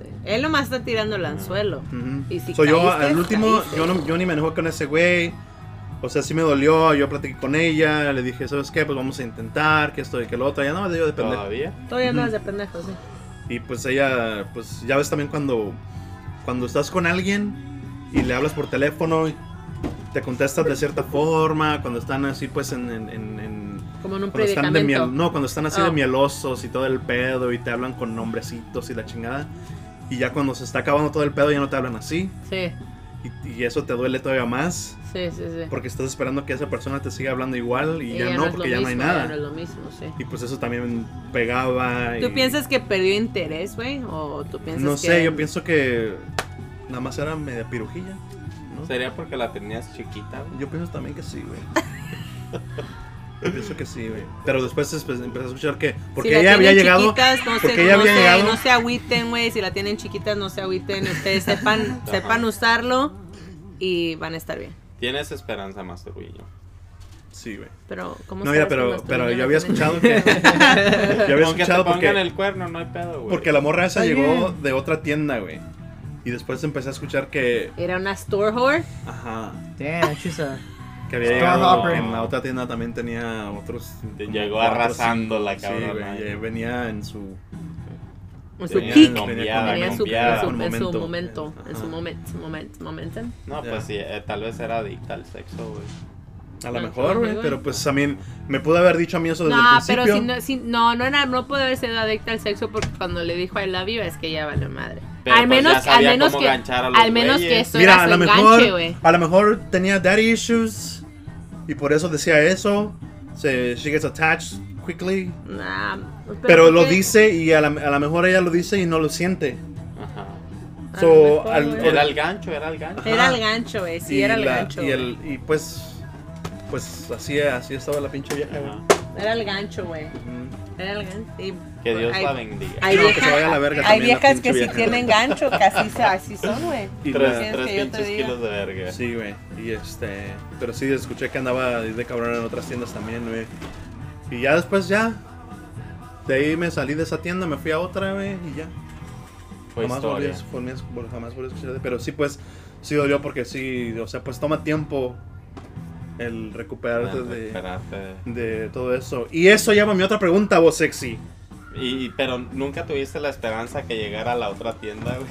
Sí. Él nomás está tirando el anzuelo. Ujú. Y si So, yo caíste, al último, caíste. yo, no- yo ni me enojé con ese güey. O sea, sí me dolió, yo platiqué con ella, le dije, ¿sabes qué? Pues vamos a intentar, que esto y que lo otro, ya no me dio depender. Todavía. Todavía Ujú. andas de pendejo, sí. Y pues ella, pues ya ves también cuando, cuando estás con alguien y le hablas por teléfono, y te contestas de cierta forma, cuando están así pues en... en- en- en- Como en cuando están un de predicamento. miel, no, cuando están así de Oh. mielosos y todo el pedo y te hablan con nombrecitos y la chingada. Y ya cuando se está acabando todo el pedo ya no te hablan así. Sí, Y, y eso te duele todavía más sí, sí, sí. porque estás esperando que esa persona te siga hablando igual y Y ya, es no, lo porque ya no hay mismo, nada. Ya no es lo mismo, sí. Y pues eso también pegaba. y- ¿Tú piensas que perdió interés, güey? ¿O tú piensas No que.? sé, yo pienso que nada más era media pirujilla. ¿no? Sería porque la tenías chiquita, güey. Yo pienso también que sí, güey. Yo pienso que sí, güey. Pero después pues, empecé a escuchar que porque Si la ella había tienen llegado chiquitas, no se- porque ella no había se- llegado- No se agüiten, güey. Si la tienen chiquitas, no se agüiten. Ustedes sepan, sepan usarlo y van a estar bien. Tienes esperanza más, Trujillo. Sí, güey. Pero, ¿cómo No, mira, sabes que pero nuestro pero niño yo no había tiene- escuchado que yo había Aunque te escuchado pongan porque el cuerno, no hay pedo, güey. porque la morra esa Está llegó bien. de otra tienda, güey. Y después empecé a escuchar que Era una store whore. ajá, Damn, she's a. Que había Store llegado Hopper. en la otra tienda también tenía otros. Te como llegó cuatro, arrasando cinco. la Ah, pues Sí, cabrona. güey, ya venía en su. En su Tenía peak. nombre, venía Tenía con- su, cambiada. en su, en su Momento. momento. En su Ajá. momento. Moment, momentum. No, Ya. pues sí, eh, tal vez era adicta al sexo, güey. A lo Ah, mejor, sí, güey, güey. pero pues también me pudo haber dicho a mí eso desde No, el principio. pero si no, si, no, no, era, no puede haber sido adicta al sexo porque cuando le dijo I love you es que ya valió madre. Pero al pues menos, ya sabía al menos cómo que, ganchar a los al menos que güeyes. eso Mira, era a su lo enganche, mejor, güey. a lo mejor tenía daddy issues y por eso decía eso. Se, she gets attached quickly. Nah, pero Pero, lo ¿por qué? dice y a la- a lo mejor ella lo dice y no lo siente. Ajá. A so, lo mejor, al- güey. Era el gancho, era el gancho. Era Ajá. el gancho, güey. Sí, y era el la- gancho. Y, el, güey. y pues, pues así, así estaba la pinche vieja, güey. Ajá. Era el gancho, güey. Era el gancho. y- Que Dios hay- la bendiga. Hay, No, que se vieja- vaya a la verga hay también la viejas que pinche si vieja. tienen gancho, casi se- así son, güey. Y tres la- ¿Quieres tres que yo te pinches diga? kilos de verga. Sí, güey. Y este. Pero sí, escuché que andaba de cabrón en otras tiendas también, güey. Y ya después, ya. De ahí me salí de esa tienda, me fui a otra, güey, y ya. Fue jamás volví, historia. a- volví a- vol- jamás volví a escuchar de- Pero sí, pues, sí dolió porque sí, o sea, pues toma tiempo el recuperarte Ah, de, recuperarte. de todo eso. Y eso lleva a mi otra pregunta, vos sexy. Y, y- pero nunca tuviste la esperanza que llegara a la otra tienda, güey.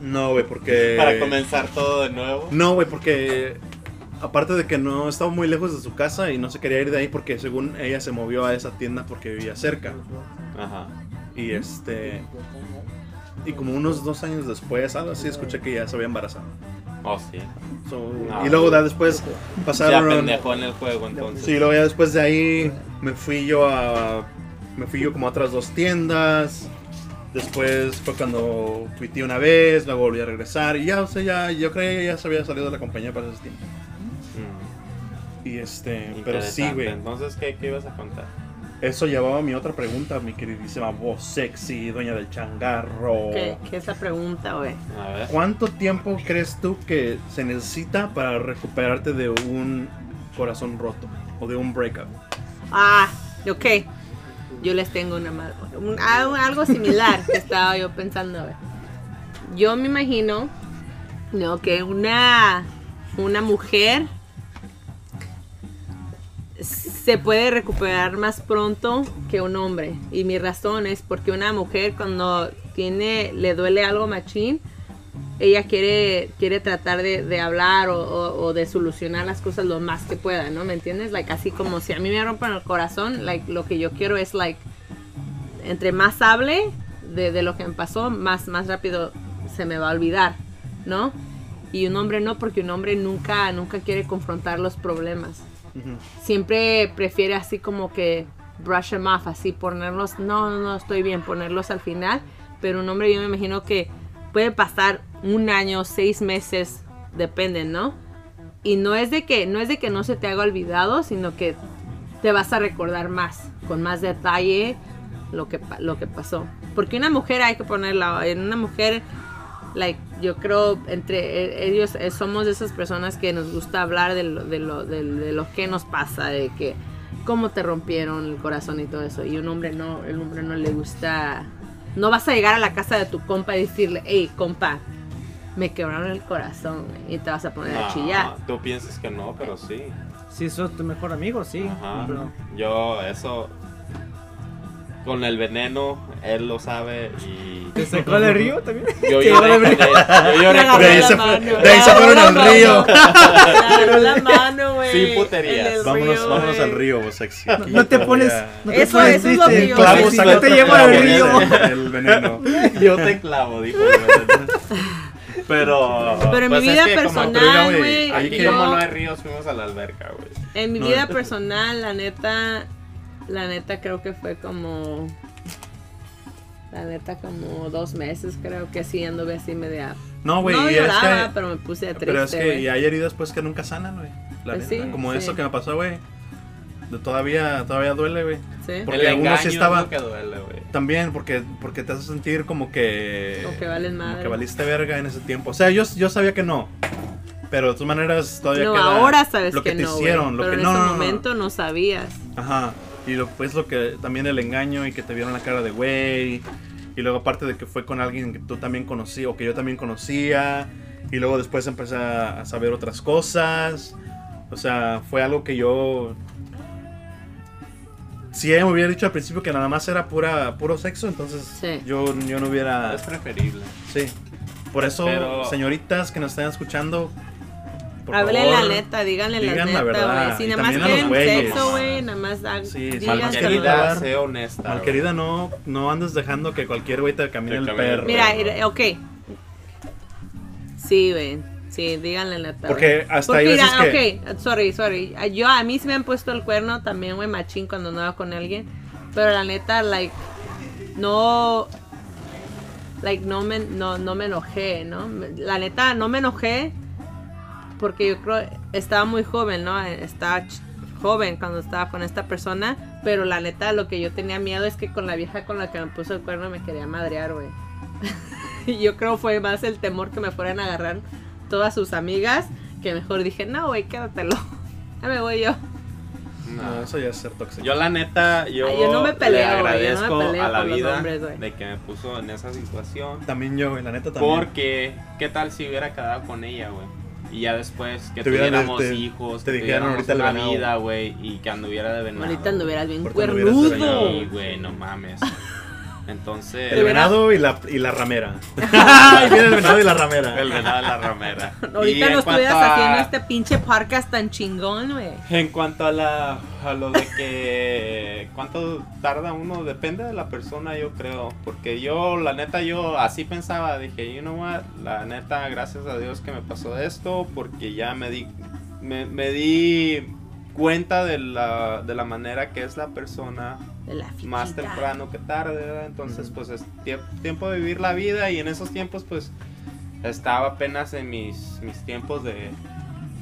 No, güey, porque. Para comenzar todo de nuevo. No, güey, porque aparte de que no estaba muy lejos de su casa y no se quería ir de ahí porque según ella se movió a esa tienda porque vivía cerca. Ajá. Y este y como unos dos años después, algo así, escuché que ya se había embarazado. Oh, sí. So, No. Y luego da después Ah. Ya pasaron. pendejó en el juego entonces. Sí, luego ya después de ahí me fui yo a me fui yo como a otras dos tiendas Después fue cuando tuiteé una vez, luego volví a regresar. Y ya, o sea, ya, yo creía que ya se había salido de la compañía para ese tiempo. Y este, pero sí, Mm, Interesante. güey. Entonces, ¿qué, ¿qué ibas a contar? Eso llevaba a mi otra pregunta, mi queridísima voz sexy, dueña del changarro. ¿Qué, qué es la pregunta, güey? A ver. ¿Cuánto tiempo crees tú que se necesita para recuperarte de un corazón roto o de un breakup? Ah, ok. Yo les tengo una mal- un- algo- algo similar que estaba yo pensando. a ver. Yo me imagino no, que una, una mujer se puede recuperar más pronto que un hombre. Y mi razón es porque una mujer cuando tiene, le duele algo machín, ella quiere, quiere tratar de, de hablar o, o- o de solucionar las cosas lo más que pueda, ¿no? ¿Me entiendes? Like, así como si a mí me rompen el corazón, like, lo que yo quiero es, like, entre más hable de, de lo que me pasó, más, más rápido se me va a olvidar, ¿no? Y un hombre no, porque un hombre nunca, nunca quiere confrontar los problemas. Siempre prefiere así como que brush them off, así ponerlos, no, no, no, estoy bien, ponerlos al final. Pero un hombre yo me imagino que puede pasar un año, seis meses, depende, ¿no? Y no es de que no es de que no se te haga olvidado, sino que te vas a recordar más, con más detalle lo que pa- lo que pasó. Porque una mujer hay que ponerla en una mujer like yo creo entre e- ellos eh, somos de esas personas que nos gusta hablar de lo, de lo, de, de lo que nos pasa, de que cómo te rompieron el corazón y todo eso. Y un hombre no, el hombre no le gusta no vas a llegar a la casa de tu compa y decirle, hey, compa, me quebraron el corazón güey", y te vas a poner a No, chillar. Tú piensas que no, pero sí. Si sos tu mejor amigo, sí. Ajá. Pero Yo, eso. Con el veneno, él lo sabe y. ¿Te sacó del río también? Yo lloré con él. Yo lloré Me con agarró él. la se mano, fue- me de ahí se agarró fueron la al mano. río. Me agarró la mano, güey. Sin puterías. En el Vámonos, río, vámonos al güey. río, voz sexy. No, no te pones. No te Eso- pones eso es lo triste. que yo- Clavo, Si saca no te otro llevo al clavo, río. el- El veneno. Yo te clavo, dijo. Pero. Pero en mi pues es vida que como- personal, güey, güey, ahí Aquí yo- como no hay ríos, fuimos a la alberca, güey. en mi no, vida no. personal, la neta, la neta creo que fue como, la neta como dos meses creo que sí anduve así media. No, güey, no y es lloraba, que- pero me puse triste. Pero es que güey. y hay heridas pues que nunca sanan, güey. La Pues neta, sí, como sí. eso que me pasó, güey. De- Todavía, todavía duele, güey. Sí. Porque el uno sí engaño es estaba- lo que duele, güey. También porque, porque te hace sentir como que... Como que vales como madre. que valiste verga en ese tiempo. O sea, yo, yo sabía que no. Pero de todas maneras todavía No, queda ahora sabes lo que, que, te no, güey, hicieron, lo pero que en no, ese no, no, no. momento no sabías. Ajá. Y lo, pues lo que también el engaño y que te vieron la cara de güey. Y luego aparte de que fue con alguien que tú también conocías o que yo también conocía. Y luego después empecé a, a saber otras cosas. O sea, fue algo que yo... Si ella me hubiera dicho al principio que nada más era pura, puro sexo, entonces Sí. yo, yo no hubiera... Es preferible. Sí. Por eso, Pero- señoritas que nos están escuchando... por Hablen favor, la neta, díganle digan la la neta, verdad, güey. Si y nada más también a los quieren güeyes. sexo, güey, nada más da, Sí, sí, díganselo. Malquerida. Malquerida, sé honesta. Mal güey. querida, no, no andes dejando que cualquier güey te camine Te el camine el perro. Mira, era- ok. Sí, güey. Sí, díganle la neta. Porque güey. hasta Porque hay veces mira, que- Ok, sorry, sorry. Yo, a mí se me han puesto el cuerno también, güey, machín cuando andaba con alguien. Pero la neta, like, no... Like, no me, no, no me enojé, ¿no? La neta, no me enojé porque yo creo estaba muy joven, ¿no? Estaba ch- joven cuando estaba con esta persona, pero la neta lo que yo tenía miedo es que con la vieja con la que me puso el cuerno me quería madrear, güey. Y yo creo fue más el temor que me fueran a agarrar todas sus amigas, que mejor dije, no, güey, quédatelo. Ya me voy yo. No. No, eso ya es ser tóxico. Yo la neta, yo, Ay, yo no me le peleo, güey, yo no me agradezco peleo a la con los vida hombres, güey. de que me puso en esa situación. También yo, güey, la neta también. Porque, ¿qué tal si hubiera quedado con ella, güey? Y ya después que Te hubieran- tuviéramos te- hijos, te que dijeron tuviéramos ahorita el una venado. vida, güey, y que anduviera de venado. Ahorita anduvieras bien Porque anduvieras de cuernudo. venado. Sí, güey, no mames. Entonces, el venado y la, y la ramera. Ay, viene el venado y la ramera. el venado de la ramera. Y Ahorita en no cuanto estuvieras a- haciendo este pinche podcast tan chingón, güey. En cuanto a la a lo de que cuánto tarda uno depende de la persona yo creo porque yo la neta yo así pensaba dije you know what la neta gracias a Dios que me pasó esto porque ya me di me, me di cuenta de la, de la manera que es la persona de la fichita. más temprano que tarde, ¿verdad? Entonces, pues es tie- tiempo de vivir la vida y en esos tiempos, pues estaba apenas en mis, mis tiempos de,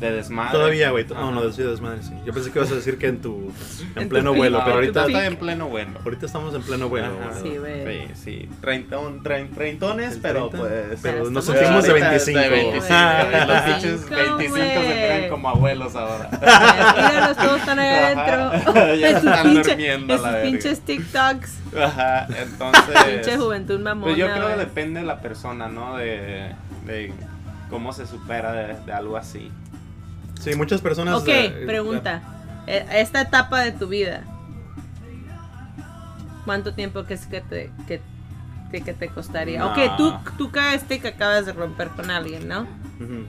de desmadre. Todavía, güey. to- Ajá. No, no, sí, desmadre, sí. Yo pensé que ibas a decir que en tu. En, En pleno tu vuelo, No, pero ahorita. estoy en pleno bueno. Ahorita estamos en pleno vuelo, Ajá. güey. Sí, güey. Sí, sí, treintón- trein- treintones, El pero 30, pues... Pero Pero nos estamos- sentimos de ahorita 25. De Ah. 25 y los bichos 25, 25 se güey. creen como abuelos ahora. Míralos, todos están ahí adentro. Ajá, ya En sus están pinche- durmiendo, en la sus verga. pinches TikToks. Ajá, entonces... Pinche juventud mamona. Pues yo creo que güey. depende de la persona, ¿no? De, de cómo se supera de, de algo así. Sí, muchas personas. Ok, eh, pregunta. E- Esta etapa de tu vida, ¿cuánto tiempo crees que te, que, que- que te costaría? No. Ok, tú, tú caíste que acabas de romper con alguien, ¿no? eh, ujú.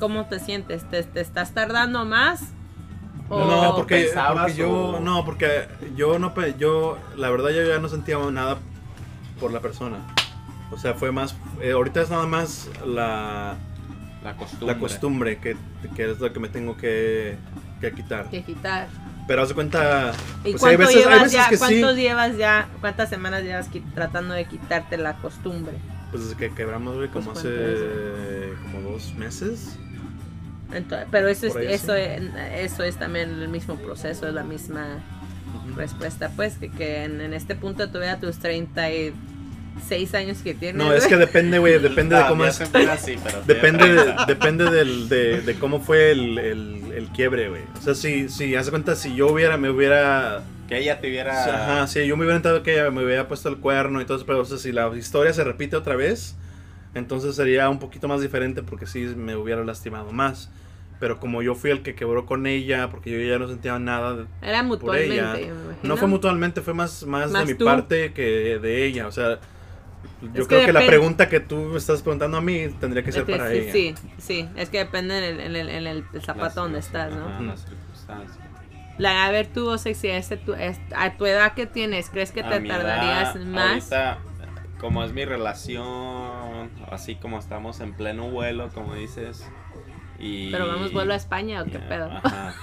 ¿Cómo te sientes? ¿Te, te estás tardando más? ¿O- No, porque, pensabas porque yo o- no, porque yo no pe- yo la verdad yo ya no sentía nada por la persona. O sea, fue más eh, ahorita es nada más la La costumbre. la costumbre que, que es lo que me tengo que, que quitar. que quitar? Pero haz de cuenta ¿Y pues, hay cuánto veces, hay llevas veces ya? que sí, ¿Cuántos llevas ya? ¿Cuántas semanas llevas qui- tratando de quitarte la costumbre? pues desde que quebramos güey, como Pues, hace ¿cuánto como dos meses. Entonces, pero eso es, Por ahí eso, sí. es, eso es también el mismo proceso, es la misma Ujú. respuesta, pues, que, que en, en este punto de tu vida, tus 36 años que tienes. No, es que güey. depende, güey, depende de Ah, cómo ya es se mira así, pero sí, Depende, ya de, depende del, de, de cómo fue el, el- el quiebre, güey. O sea, si, si haz de cuenta, si yo hubiera, me hubiera. Que ella te hubiera. Ajá, si yo me hubiera enterado que ella me hubiera puesto el cuerno y todo eso, pero o sea, si la historia se repite otra vez, entonces sería un poquito más diferente porque sí me hubiera lastimado más. Pero como yo fui el que quebró con ella, porque yo ya no sentía nada. de- Era mutuamente. ella. yo me imagino. No fue mutuamente, fue más, más, Más de mi tú. parte que de ella. O sea, yo Es que creo que la depende. pregunta que tú me estás preguntando a mí tendría que Es ser que para sí, ella. sí, sí, es que depende en el, en el, en el Las- zapato donde estás, ¿no? ajá, las circunstancias. La, a ver, tú, o sea, si este, tu, es- a tu edad que tienes, ¿crees que A te mi tardarías edad, más? ahorita, como es mi relación, así como estamos en pleno vuelo, como dices. Y... Pero vamos vuelo a España o qué Ya, pedo. Ajá.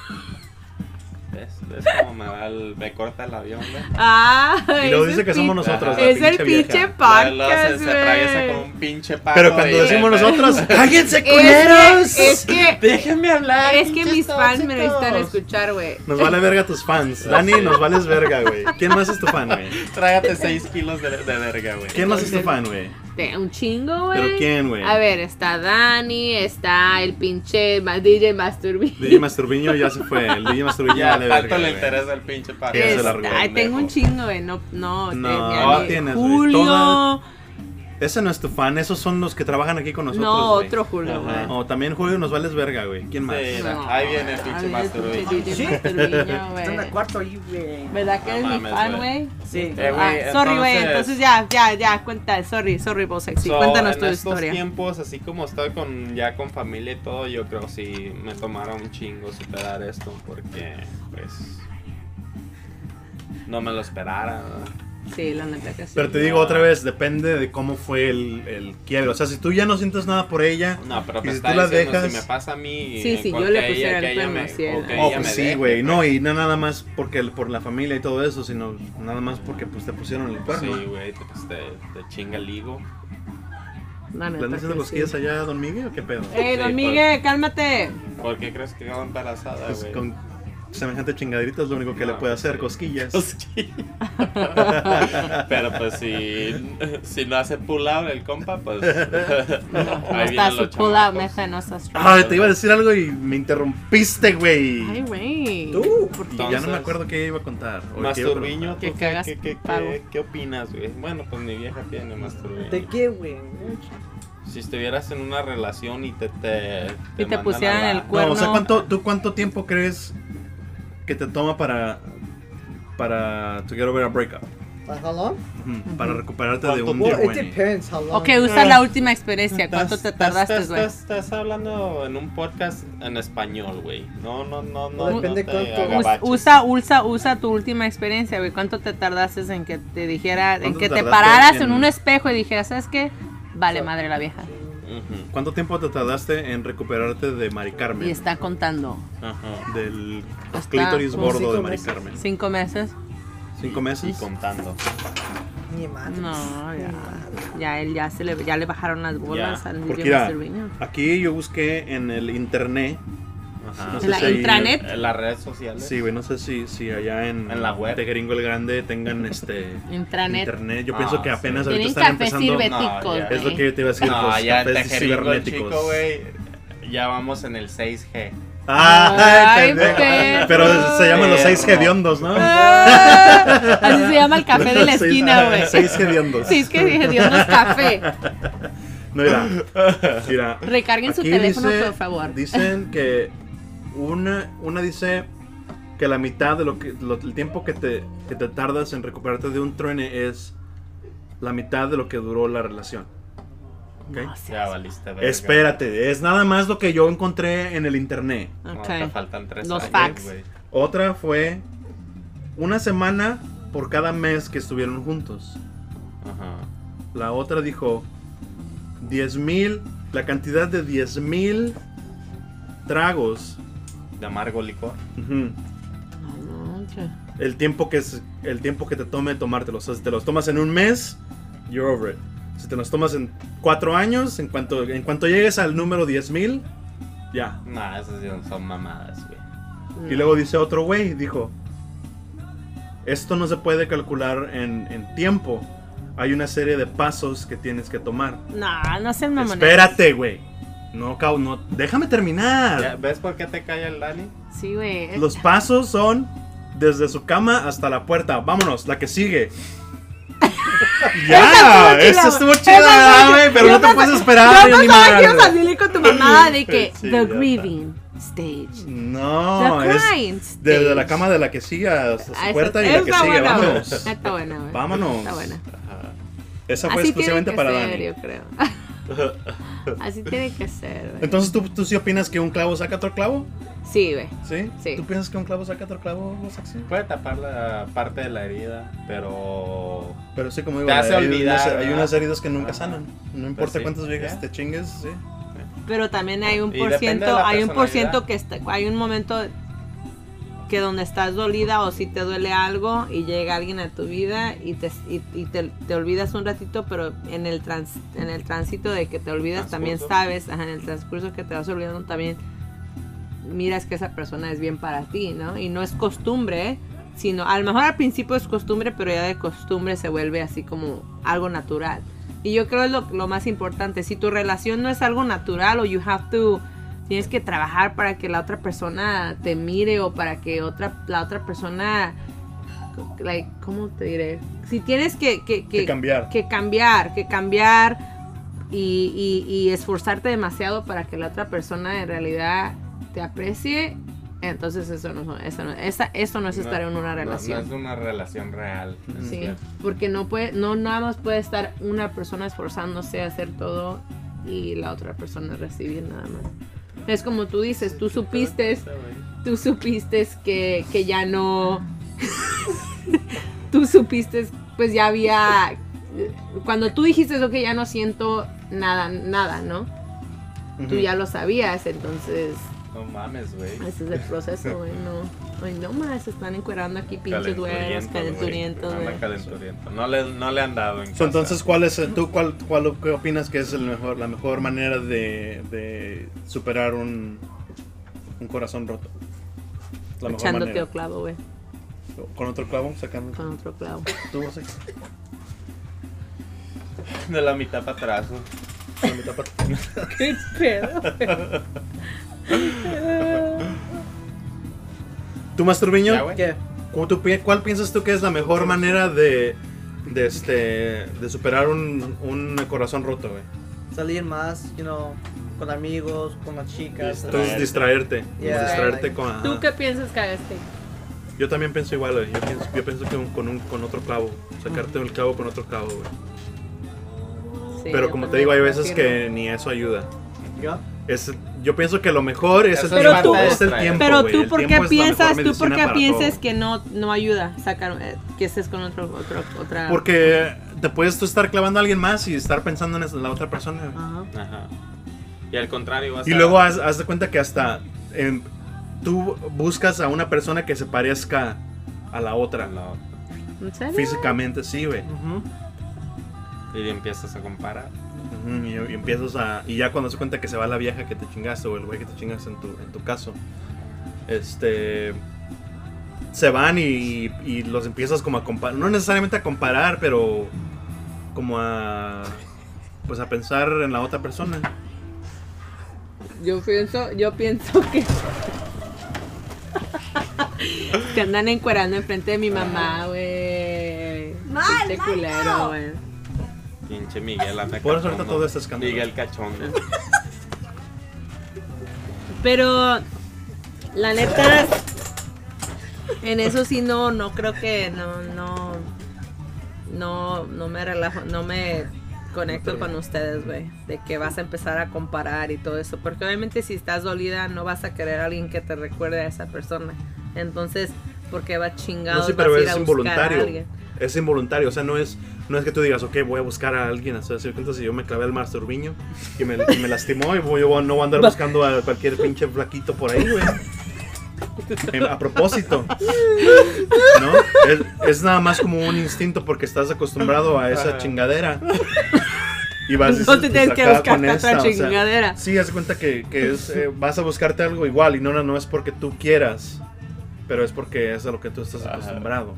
¿Ves? ¿Ves cómo me, da el- me corta el avión, güey? Ah, Y luego ese dice que somos pin- nosotros. la Es vieja. el pinche Luego se, podcast, se atraviesa güey. con un pinche pato. Pero cuando y- decimos nosotros, ¡cállense, Es culeros! que, es que Déjenme hablar. Es que pinches mis fans me tóxicos. necesitan escuchar, güey. Nos vale verga tus fans. Dani, nos vales verga, güey. ¿Quién más es tu fan, güey? Trágate 6 kilos de, de verga, güey. ¿Quién más es tu fan, güey? Te- Un chingo, güey. ¿Pero quién, güey? A ver, está Dani, está el pinche ma- DJ Masturbi. DJ Masturbiño ya se fue. El DJ Masturbiño ya Ya, vale tanto verga. le güey. interesa el pinche pato. Que ya se Está- largó, Ay, tengo un chingo, güey. No, no, No, tenía no ni- tienes, güey. Julio. Toda- Ese no es tu fan, esos son los que trabajan aquí con nosotros. no, güey. otro Julio, güey. Ajá. O también Julio nos vales verga, güey. ¿Quién más? Sí. No, Ahí viene el pinche ahí viene Masturbiño. pinche DJ Masturbiño, güey. Está en el cuarto ahí, güey. ¿Verdad que No es mi mames, fan, güey. güey? Sí. Eh, Ah, güey, sorry, güey. entonces- Entonces ya, ya, ya. Cuenta, sorry, sorry, vos sexy. So, Cuéntanos en tu estos historia. tiempos, así como estoy con ya con familia y todo, yo creo que sí me tomara un chingo superar esto porque, pues, no me lo esperara. ¿no? Sí, la neta que sí. Pero te digo otra vez, depende de cómo fue el, el quiebre. O sea, si tú ya no sientes nada por ella. No, pero Y me si está tú la diciendo, dejas- si me pasa a mí. Sí, eh, sí, yo con le que pusiera ella- el que ella cuerno, me- sí, o él- que Oh, ella pues me sí, deje, güey. No, y no nada más porque por la familia y todo eso, sino nada más porque pues te pusieron el pues, cuerno. Sí, güey, te, pues, te, te chinga el higo. La ¿Le andan neta haciendo que sí. cosquillas allá a Don Miguel o qué pedo? Ey, Sí, don Miguel, cálmate. ¿Por qué crees que quedó embarazada, Pues güey? con semejante chingadrita es lo único que le No, puede hacer, sí. cosquillas. Pues Pero pues si, si no hace pull out el compa, pues. No ahí estás vienen su los pull out, chamacos. meja, no estás Ah, te iba a decir algo y me interrumpiste, güey. Ay, güey. Tú. Y Entonces, ya no me acuerdo qué iba a contar. o qué iba a Masturbiño, preguntar. ¿qué, Que qué, cagas qué, qué, palo. qué, qué opinas, güey? Bueno, pues mi vieja tiene masturbiño. ¿De qué, güey? Si estuvieras en una relación y te. te, Y te mandan pusieran a la- el No, No, o sea, Cuerno. ¿cuánto, ¿tú cuánto tiempo crees que te toma para. para. to get over a breakup? Like how long? Ujú, Para recuperarte de ¿Cuánto un Well, it güey. depends how long. Ok, usa la última experiencia. ¿Cuánto estás- te tardaste, estás- güey? Estás, estás hablando en un podcast en español, güey. No, no, no, no. Depende no te cuánto. Us- agabaches. Usa, usa, usa tu última experiencia, güey. ¿Cuánto te tardaste en que te dijera, en ¿Cuánto que te tardaste pararas en en- un espejo y dijeras, ¿sabes qué? Vale, madre la vieja. Ujú, ¿Cuánto tiempo te tardaste en recuperarte de Mari Carmen? Y está contando ajá. Del Está clítoris como gordo cinco de Mari meses. Carmen. cinco meses. ¿Cinco y meses? contando. Ni madre. No, ya. Ya él ya se le, ya le bajaron las bolas al Porque DJ mira, Cervino. aquí yo busqué en el internet. Ajá. No En la si ahí- intranet. En las redes sociales. Sí, güey, no sé si, si allá en, En la web. de Gringo el Grande tengan este Intranet. internet. Yo Ah, pienso que sí. apenas ahorita Tienen están café empezando. sirveticos, No, ya. Es lo que yo te iba a decir, No, los ya en cafés Tejeringo el cibernéticos. chico, güey. Ya vamos en el 6G. Ah, Ay, pendejo. perro. Pero se llaman los seis Perro. hediondos, ¿no? Ah, Así se llama el café de la Seis- esquina, güey. Seis hediondos. Sí, es que dije, Dios nos café. No, mira. Mira. Recarguen su aquí teléfono, dice- por favor. Dicen que una, una dice que la mitad de lo que lo- el tiempo que te, que te tardas en recuperarte de un truene es la mitad de lo que duró la relación. ¿ok? Ya valiste. verga. Espérate, es nada más lo que yo encontré en el internet. No, Ok. te faltan tres Los años, facts. güey. Otra fue una semana por cada mes que estuvieron juntos. Ajá. La otra dijo 10 mil, la cantidad de 10 mil tragos. De amargo licor. Ujú. No, ok. El tiempo que es el tiempo que te tome tomártelos. O sea, si te los tomas en un mes, you're over it. Si te los tomas en cuatro años, en cuanto, en cuanto llegues al número 10 mil, ya. Nah, esas sí son mamadas, güey. Y luego dice otro güey, dijo, esto no se puede calcular en, en tiempo. Hay una serie de pasos que tienes que tomar. No, no sean mamones. Espérate, güey. No, cau- no, déjame Ya, terminar. ¿Ves por qué te calla el Dani? Sí, güey. Los pasos son desde su cama hasta la puerta. Vámonos, la que sigue. ya, Esa eso estuvo estuvo chida. Esa chida, estuvo güey, pero Yo no te pensaba- puedes Yo esperar, no sabía que ibas a animal. salir con tu mamada de que Sí, the ya grieving stage. No, es the crying stage. desde la cama de la que sigue hasta Ah, su esa- puerta y la que esa sigue. buena, güey. Vámonos. Está buena, güey. Vámonos. Está buena. Esa fue Así tiene exclusivamente que para ser, Dani. yo creo. Así tiene que ser, güey. Entonces, ¿tú, ¿tú sí opinas que un clavo saca otro clavo? Sí, güey. ¿Sí? Sí. ¿Tú piensas que un clavo saca otro clavo, Rosaxi? Puede tapar la parte de la herida, pero. Pero sí, como digo, Te hace hay, olvidar, unas, hay ¿verdad? unas heridas que nunca Ajá. sanan. No importa sí, cuántas viejas ya. te chingues, sí. Pero también hay un Y por depende de ciento, la hay un por ciento personalidad. que está, hay un momento que donde estás dolida o si te duele algo y llega alguien a tu vida y te, y, y te, te olvidas un ratito, pero en el trans, en el tránsito de que te olvidas también Transcurso. sabes, ajá, en el transcurso que te vas olvidando también miras que esa persona es bien para ti, ¿no? Y no es costumbre, sino a lo mejor al principio es costumbre, pero ya de costumbre se vuelve así como algo natural. Y yo creo es lo, lo más importante, si tu relación no es algo natural o you have to tienes que trabajar para que la otra persona te mire o para que otra la otra persona like, ¿cómo te diré? Si tienes que que, Que que, cambiar. que cambiar, que cambiar y, y- y esforzarte demasiado para que la otra persona en realidad te aprecie, entonces eso no, eso no, esa- eso no es estar en una no- relación. No, es una relación real. es Sí, cierto. porque no puede, no nada más puede estar una persona esforzándose a hacer todo y la otra persona recibir nada más. Es como tú dices, tú supiste, tú supiste que, que ya no, tú supiste, pues ya había, cuando tú dijiste eso que ya no siento nada, nada, ¿no? Tú ya lo sabías, entonces No mames, güey. ese es el proceso, güey, no. Ay, no más, se están encuerando aquí pinches dueños, Calenturiento, calenturientos, güey. güey. Anda calenturiento. No le, no le han dado en So, casa. entonces, ¿cuál es, el- ¿tú cuál, cuál qué opinas que es el mejor, la mejor manera de, de superar un, un corazón roto? La mejor Echándote manera. otro clavo, güey. ¿Con otro clavo? Sacando. Con otro clavo. ¿Tú, Rosaxi? De la mitad para atrás. güey. La mitad para- ¿Qué pedo? ¿Tú, Masturbiño? Ya, güey. ¿Qué? ¿Cómo tú pi- ¿Cuál piensas tú que es la mejor manera de, de, este, de superar un, un corazón roto, güey? Salir más, you know, con amigos, con las chicas. Entonces distraerte, como Yeah. distraerte con... ajá. ¿Tú qué piensas, Cagaste? Yo también pienso igual, güey. Yo pienso, yo pienso que un- con, un, con otro clavo, sacarte el clavo con otro clavo, güey. este, Pero como te digo, hay veces que ni eso ayuda. ¿Yo? Es, yo pienso que lo mejor es el Eso es tiempo, falta de es el distraer. tiempo, Pero güey. tú, El ¿por tiempo qué es la piensas, mejor tú por medicina qué para piensas todo. que no, no ayuda sacar, eh, que estés con otro, otro, otra... Porque te puedes tú estar clavando a alguien más y estar pensando en eso- en la otra persona, güey. Ajá. Ajá. Y al contrario, vas Y a- luego haz, haz de cuenta que hasta em, tú buscas a una persona que se parezca a la a otra. la otra. ¿En serio? Físicamente sí, güey. Ujú. Y empiezas a comparar. Ujú, y, y empiezas a. Y ya cuando se cuenta que se va la vieja que te chingaste o el güey que te chingaste en tu, en tu caso, este. Se van y, y los empiezas como a comparar. No necesariamente a comparar, pero. Como a. Pues a pensar en la otra persona. Yo pienso, yo pienso que. que andan encuerando enfrente de mi mamá, güey. Mal, Pinche mal, culero, no. güey. Pinche Miguel anda Por eso ahorita cachondo. todo este escándalo. Miguel cachondo. Pero la neta en eso sí no no creo que no no no no me relajo, no me conecto con ustedes, güey, de que vas a empezar a comparar y todo eso, porque obviamente si estás dolida no vas a querer a alguien que te recuerde a esa persona. Entonces, porque va chingado No, sí, vas pero a ir a es buscar a involuntario. alguien? Es involuntario, o sea, no es, no es que tú digas, ok, voy a buscar a alguien. O sea, si cuenta si yo me clavé el masturbiño y me, y me lastimó, y voy- yo voy- no voy a andar buscando a cualquier pinche flaquito por ahí, güey. Em, A propósito, ¿no? Es, es nada más como un instinto porque estás acostumbrado a esa chingadera. Y vas y dices, No te pues, tienes que acá buscar con otra esta, o sea, chingadera. Sí, haz de cuenta que, que es, eh, vas a buscarte algo igual y no, no, no es porque tú quieras, pero es porque es a lo que tú estás Ajá. acostumbrado.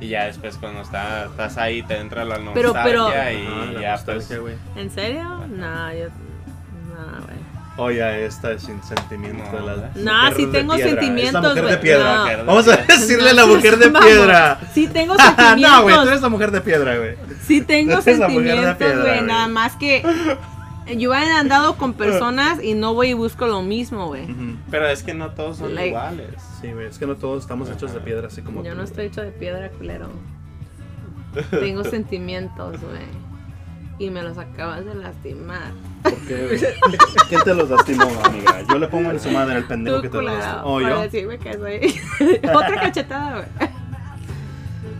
Y ya después cuando está- estás ahí te entra la nostalgia Pero- pero- y Ah, la ya pues, nostalgia, güey. ¿En serio? No, yo no, güey. Oh, ya esta es sin sentimiento. No, la ¿eh? No, mujer sí de tengo piedra. Es la sentimientos, mujer de güey. piedra. No. Vamos a decirle a la No, sí, mujer de vamos. piedra. Sí tengo no, güey, tú sentimientos. eres la mujer de piedra, güey. sí tengo eres la mujer de sentimientos, piedra, güey. güey. Nada más que yo he andado con personas y no voy y busco lo mismo, güey. Ujú. Pero es que no todos son Like- iguales. Sí, güey, es que no todos estamos hechos de piedra, así como Yo tú, no güey. estoy hecho de piedra, culero. Tengo sentimientos, güey. Y me los acabas de lastimar. ¿Por qué, güey? ¿Quién te los lastimó, amiga? Yo le pongo en su madre el pendejo Tú, que te los culero, lastimó. Oh, para yo. decirme que soy... Otra cachetada,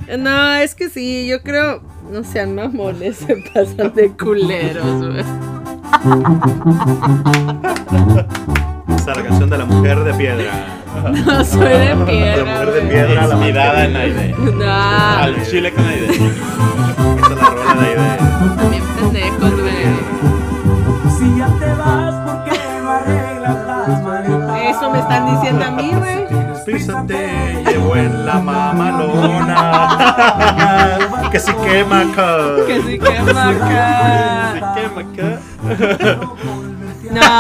güey. No, es que sí, yo creo... No sean mamones, se pasan de culeros, güey. Esta es la canción de la mujer de piedra. No soy De de piedra. la mujer de güey. piedra, la Inspirada mirada. en la Ah. idea. No, Al chile con la idea. Esta es la rola de idea. bien pendejos, güey. Si ya te vas, ¿por qué no arreglas las maletas? Eso me están diciendo a mí, güey. Pisa te llevo en la mamalona. que si quema, cuz. Que sí que maca. Se quema acá. No.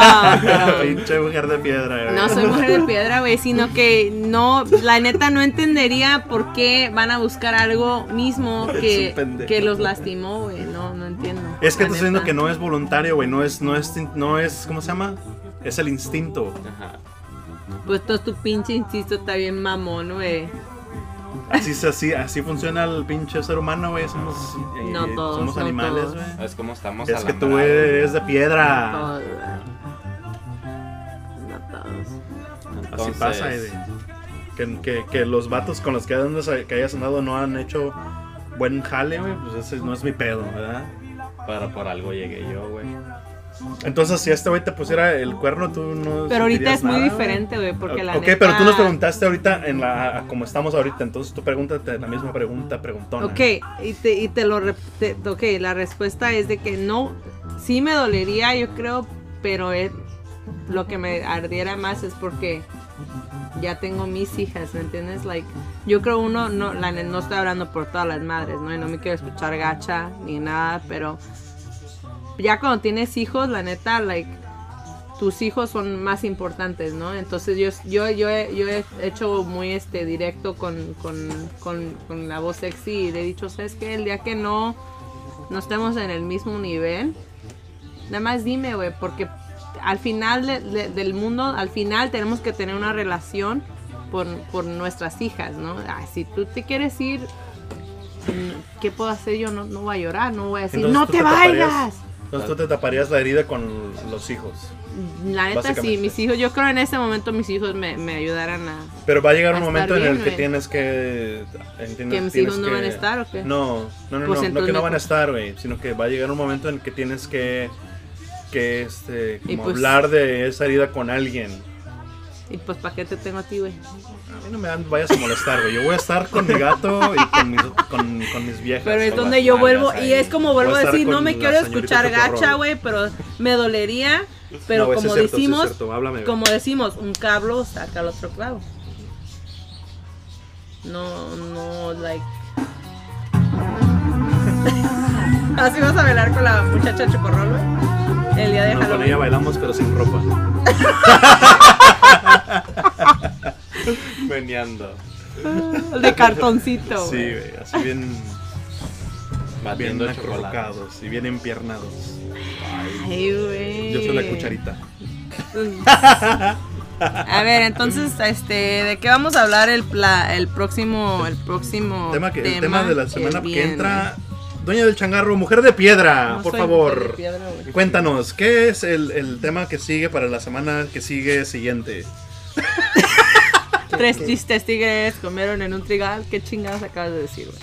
Pinche mujer de piedra, güey. No soy mujer de piedra, güey, sino que no, la neta no entendería por qué van a buscar algo mismo que, un pendejo. que los lastimó, güey. No, no entiendo. Es que te estoy la diciendo neta. que no es voluntario, güey. No es, no es, no es, ¿cómo se llama? Es el instinto. Ajá. Pues todo tu pinche insisto está bien mamón, güey. Así, es, así, así funciona el pinche ser humano, güey. Somos, eh, No todos, somos no animales, todos. güey. Es como estamos Es que tú alambrados. eres de piedra. Todos, güey. No todos. Así Entonces, pasa, eh, Ede. Que, que, que los vatos con los que, andas, que hayas andado no han hecho buen jale, güey. Pues ese no es mi pedo, ¿verdad? Pero por algo llegué yo, güey. Entonces, si este güey te pusiera el cuerno, tú no. Pero sentirías ahorita es muy nada, güey. diferente, güey, porque la ok, neta... pero tú nos preguntaste ahorita en la, a- como estamos ahorita, entonces tú pregúntate la misma pregunta, preguntona. Ok, y te, y te lo... rep- te- ok, la respuesta es de que no, sí me dolería, yo creo, pero es- lo que me ardiera más es porque ya tengo mis hijas, ¿me entiendes? Like, yo creo uno, no, la ne- no estoy hablando por todas las madres, ¿no? Y no me quiero escuchar gacha ni nada, pero ya cuando tienes hijos, la neta, like, tus hijos son más importantes, ¿no? Entonces yo, yo, yo, he, yo he hecho muy este directo con, con, con- con la voz sexy y le he dicho, ¿sabes qué? El día que no no estemos en el mismo nivel, nada más dime, güey, porque al final de- de- del mundo, al final tenemos que tener una relación por, por nuestras hijas, ¿no? Ah, si tú te quieres ir, mm, ¿qué puedo hacer yo? No, no voy a llorar, no voy a decir, Entonces, ¡no ¿tú te, te taparías? vayas! Entonces tú te taparías la herida con los hijos. La neta sí, Básicamente. mis hijos, yo creo en ese momento mis hijos me, me ayudaran a... Pero va a llegar un A estar momento en bien, el que güey. tienes que. entiendes, ¿Que mis tienes hijos no que- van a estar o qué? No, no, no, no, no Pues que entonces no me- van a estar, güey, sino que va a llegar un momento en el que tienes que. que este. Y como pues- hablar de esa herida con alguien. Y pues, ¿para qué te tengo a ti, güey? A mí no me dan- vayas a molestar, güey. Yo voy a estar con mi gato y con mis, con, con mis viejas. Pero es con donde las yo nalgas vuelvo, ahí. y es como vuelvo Voy a estar decir, no con me la quiero señorita escuchar Chocorrol. gacha, güey, pero me dolería. Pero No, sí es como cierto, sí es decimos, cierto. Háblame, güey. como decimos, un cablo saca el otro clavo. No, no, like. Así vas a bailar con la muchacha Chocorrol, güey. El día de No, con ella Halloween. bailamos, pero sin ropa. Meneando. El de cartoncito, Sí, güey. güey. Así bien. Bien Batiendo chocolate. acurrucados y bien empiernados. Ay, güey. Yo soy la cucharita. A ver, entonces, este, ¿de qué vamos a hablar el, pla- el próximo, el próximo Tema que, el tema de la el semana que viernes? entra. Dueña del changarro, mujer de piedra, No por soy mujer de favor. piedra, güey. Cuéntanos, ¿qué es el, el tema que sigue para la semana que sigue siguiente? Tres tristes tigres comieron en un trigal. ¿Qué chingados acabas de decir, güey?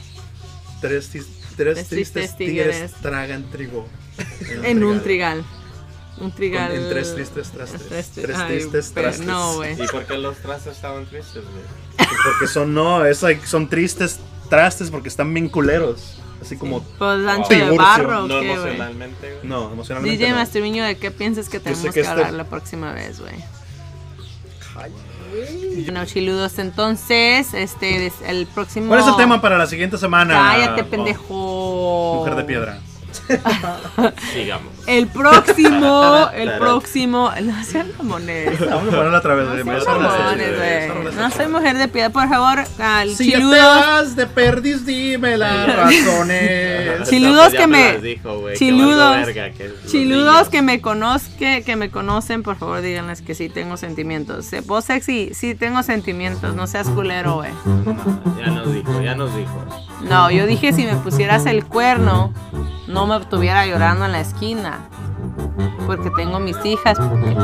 Tres, tis- tres Tres tristes tristes tigres, tigres. tragan trigo. En un trigal. Un Con- trigal. En tres tristes trastes. Tres Tres, tri- Ay, tristes pero trastes. No, güey. ¿Y por qué los trastes estaban tristes, güey? Porque son, no, es like, son tristes trastes porque están bien culeros. Así como, Pues ancho de Divorcio. barro, ¿o No qué, güey? emocionalmente, güey. no, emocionalmente DJ no. Masturbiño, ¿de qué piensas que tenemos que, que este- hablar la próxima vez, güey? Bueno, chiludos, entonces, este, des- el próximo... ¿Cuál es el tema para la siguiente semana? Cállate, Oh, pendejo. mujer de piedra. Sigamos. El próximo, el próximo... No sean mamones. Vamos a ponerla otra vez. No güey, sean esa rola está mamones, chida, güey, esa rola güey. está No chida. soy mujer de piedra, por favor, al Si ya te chiludos... vas de perdiz, dime las razones. Chiludos Ya Eh, que me... las dijo, güey, que chiludos. valgo verga, que los Chiludos niños. que me, conozque, que me conocen, por favor díganles que sí tengo sentimientos. Se- Vos sexy, sí tengo sentimientos, no seas culero, güey. Ya nos dijo, ya nos dijo. No, yo dije si me pusieras el cuerno, no me estuviera llorando en la esquina. Porque tengo mis hijas. porque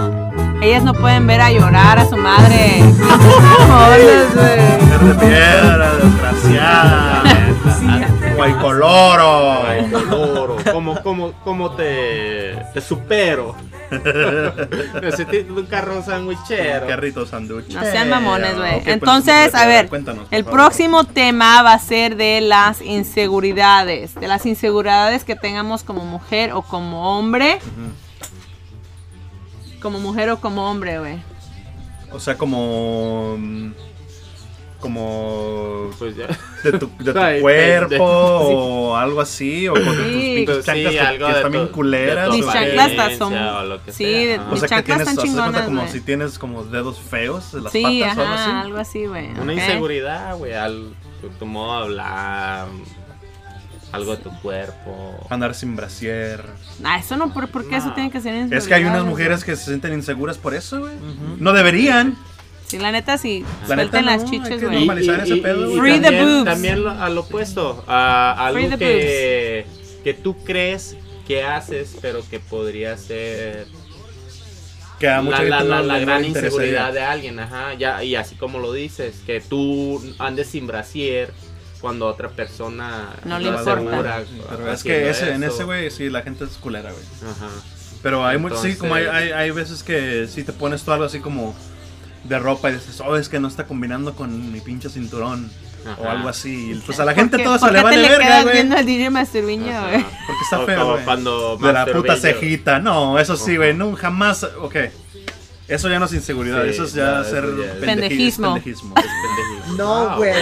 Ellas no pueden ver a llorar a su madre. Mamones, güey. Mujer de piedra, desgraciada. Guaycoloro. Ay, coloro, ¿cómo, cómo, cómo te, te supero? Necesito un carro sandwichero. Carrito sanduche. No sean mamones, güey. Ok, pues, Entonces, mujer de a ver, piedra, cuéntanos, por el favor. próximo tema va a ser de las inseguridades, de las inseguridades que tengamos como mujer o como hombre. Como mujer o como hombre, güey. O sea, como. mm, Como. Pues ya. De tu, de tu Ay, cuerpo pendejo. o algo así. O con tus Sí. pinches Pues sí, chanclas que- algo que de están tu- bien culeras. de tu o Mis sea, chanclas apariencia están- o lo que sí, sea, de- ¿no? O sea, que chanclas tienes. o están sea, se cuenta chingonas, como güey. si tienes como dedos feos en las Sí, patas o algo así. ajá, algo así, güey. Una ok. inseguridad, güey, al tu, tu modo de hablar, algo de tu cuerpo. Andar sin brasier. Ah, eso no, ¿por, por qué eso No. tiene que ser inseguridad? Es que hay unas güey? mujeres que se sienten inseguras por eso, güey. No deberían. Sí, la neta, sí. La suelten neta, las no, hay chiches, que güey. normalizar. Normalizar ese pedo, güey. Free the también, boobs. También lo- al opuesto, a Free algo the que, que tú crees que haces, pero que podría ser Que a la, mucha la, gente la, no- la no gran le interesaría. inseguridad de alguien, ajá, ya, y así como lo dices, que tú andes sin brasier cuando otra persona No le está importa. segura Pero es haciendo que ese, en eso. ese, güey, sí, la gente es culera, güey. Ajá. Pero hay muchos, sí, Entonces- como hay, hay, hay veces que sí te pones tú algo así como de ropa y dices, oh, es que no está combinando con mi pinche cinturón o Ajá. algo así. Y, Pues a la ¿Por gente qué- todo por se le qué vale te le verga, quedas güey. viendo al DJ Masturbiño, Ajá. güey? Porque está O feo, como güey. cuando De la Master puta Bello- cejita. No, eso sí, Ajá. güey, no, jamás, ok. Eso ya no es inseguridad, Sí, eso es ya no, eso ser ya es- pendejismo. pendejismo. Pendejismo. Pendejo. No, Wow, güey.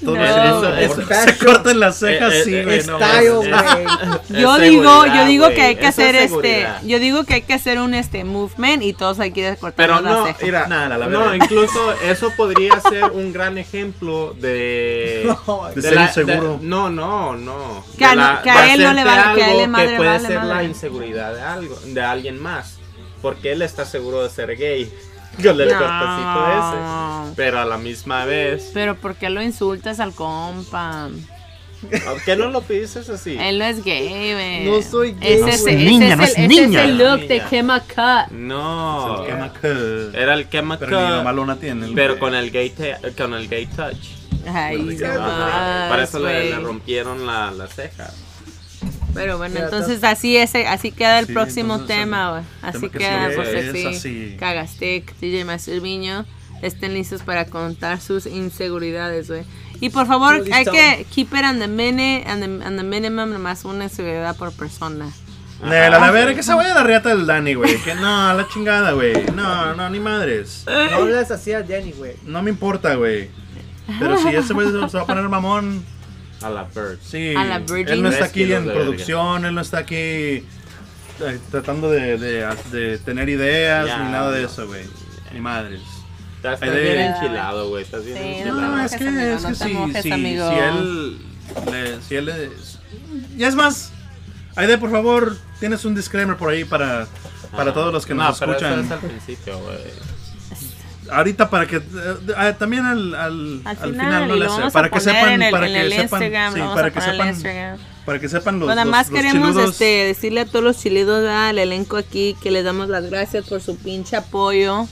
Todos No. los chilenos, Eso- por- eso- se cortan las cejas, Eh, sí, eh, güey. eh, no, Style, mames. güey. Es yo digo, yo seguridad, digo que güey, hay que eso es hacer este, seguridad. yo digo que hay que hacer un este movement y todos aquí Pero cortando las no, cejas. mira, Nada, la no, verga. incluso eso podría ser un gran ejemplo de De ser la- inseguro. de- no, no, no. Que De a no- que a de él no le hacerte vale- que a él le algo madre, que puede vale ser la madre. inseguridad de algo, de alguien más, porque él está seguro de ser gay con el No. cortecito ese. Pero a la misma vez, Pero ¿por qué lo insultas al compa? ¿por qué no lo dices así? Él no es gay, güey. No soy gay, Ese no es, soy ese niña, es no es el, niña. Ese es el look de Niña. Kema Cut. No. Qué maca. Era el que más Pero ni la malona tiene. el pero güey. con el gay te- con el gay touch. Ay, Bueno, no Ajá. más, Para eso le, güey. le rompieron la, la ceja. Pero bueno, entonces así ese, así queda el Sí, próximo entonces, tema, güey. Así tema que queda, sigue porque es sí. así. Cagastic, DJ Masturbiño, estén listos para contar sus inseguridades, güey. Y por favor, Estoy hay listo. que keep it on the, mini, on the, on the minimum, nomás una inseguridad por persona. Nela, Ah, la verga, que se vaya la riata del Dani, güey. Que no, la chingada, güey. No, no, ni madres. No hables así a Danny, güey. No me importa, güey. Pero si ese güey se se va a poner mamón, A la Bird. sí. A la Virgin. él no está Tres aquí kilos en de producción, él no está aquí eh, tratando de, de- de tener ideas Ya, ni nada de no. eso, güey. Ni madres. Estás, Ahí estás bien debe- enchilado, güey. Estás bien Sí, No, enchilado. no, es que, amigo, es que no te si, mojes, si, amigo. si él. le- si él le- y es más, Aide, por favor, tienes un disclaimer por ahí para, para todos los que no, nos pero eso escuchan. es al principio, güey. Ahorita para que eh, eh, también al, al, Al final, al final no y le lo sé, vamos para a que poner en sepan el, para en que el sepan Instagram, sí, lo vamos para a que poner en el sepan Instagram. Pues para que sepan los, Nada los- más los queremos chiludos. este, decirle a todos los chiludos al elenco aquí que les damos las gracias por su pinche apoyo.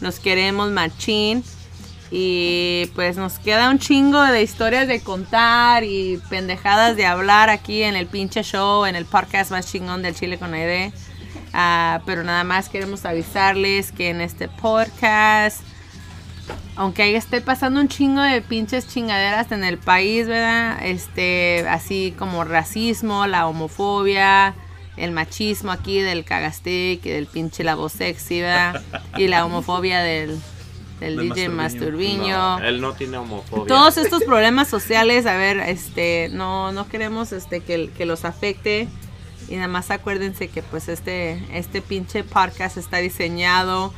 Nos queremos machín. Y pues nos queda un chingo de historias de contar y pendejadas de hablar aquí en el pinche show, en el podcast más chingón del Chile con Aide. Ah, pero nada más queremos avisarles que en este podcast aunque ahí esté pasando un chingo de pinches chingaderas en el país, ¿verdad? Este, así como racismo, la homofobia, el machismo aquí del cagastic y del pinche la voz sexy, ¿verdad? Y la homofobia del, del Del DJ Masturbiño. No, Masturbiño. él no tiene homofobia. Todos estos problemas sociales, a ver, este, no, no queremos este, que, que los afecte. Y nada más acuérdense que pues este, este pinche podcast está diseñado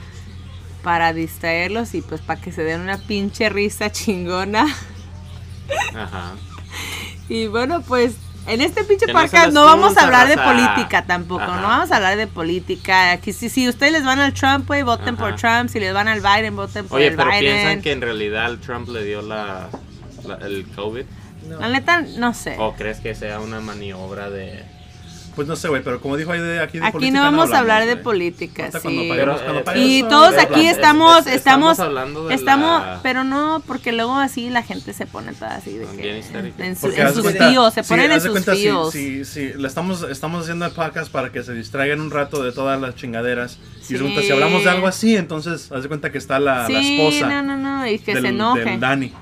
para distraerlos y pues para que se den una pinche risa chingona. Ajá. Y bueno, pues en este pinche Que no se podcast les no vamos a junta, hablar de raza. política tampoco, Ajá. no vamos a hablar de política. Aquí si, si ustedes les van al Trump, pues voten por Ajá. Trump, si les van al Biden, voten por Oye, Pues el pero Biden. piensan que en realidad el Trump le dio la, la- el COVID. La neta, no sé. ¿O crees que sea una maniobra de.? Pues no sé, güey, pero como dijo Aide, aquí de Aquí política no vamos a hablamos, hablar de güey. política, Hasta cuando sí. paguemos, Pero, cuando eh, pagues. Y Eso, todos es aquí la- es- estamos, es- estamos, estamos hablando de estamos, la- pero no, porque luego así la gente se pone toda así de que Bien histérica. en, su- Porque en haz de sus cuenta- tíos, se sí, ponen en haz de sus cuenta, sí, tíos. Sí, sí, le estamos, estamos haciendo el podcast para que se distraigan un rato de todas las chingaderas. Sí. Y resulta, si hablamos de algo así, entonces haz de cuenta que está la, la Sí, esposa no, no, no, y que del, se enoje. del Dani.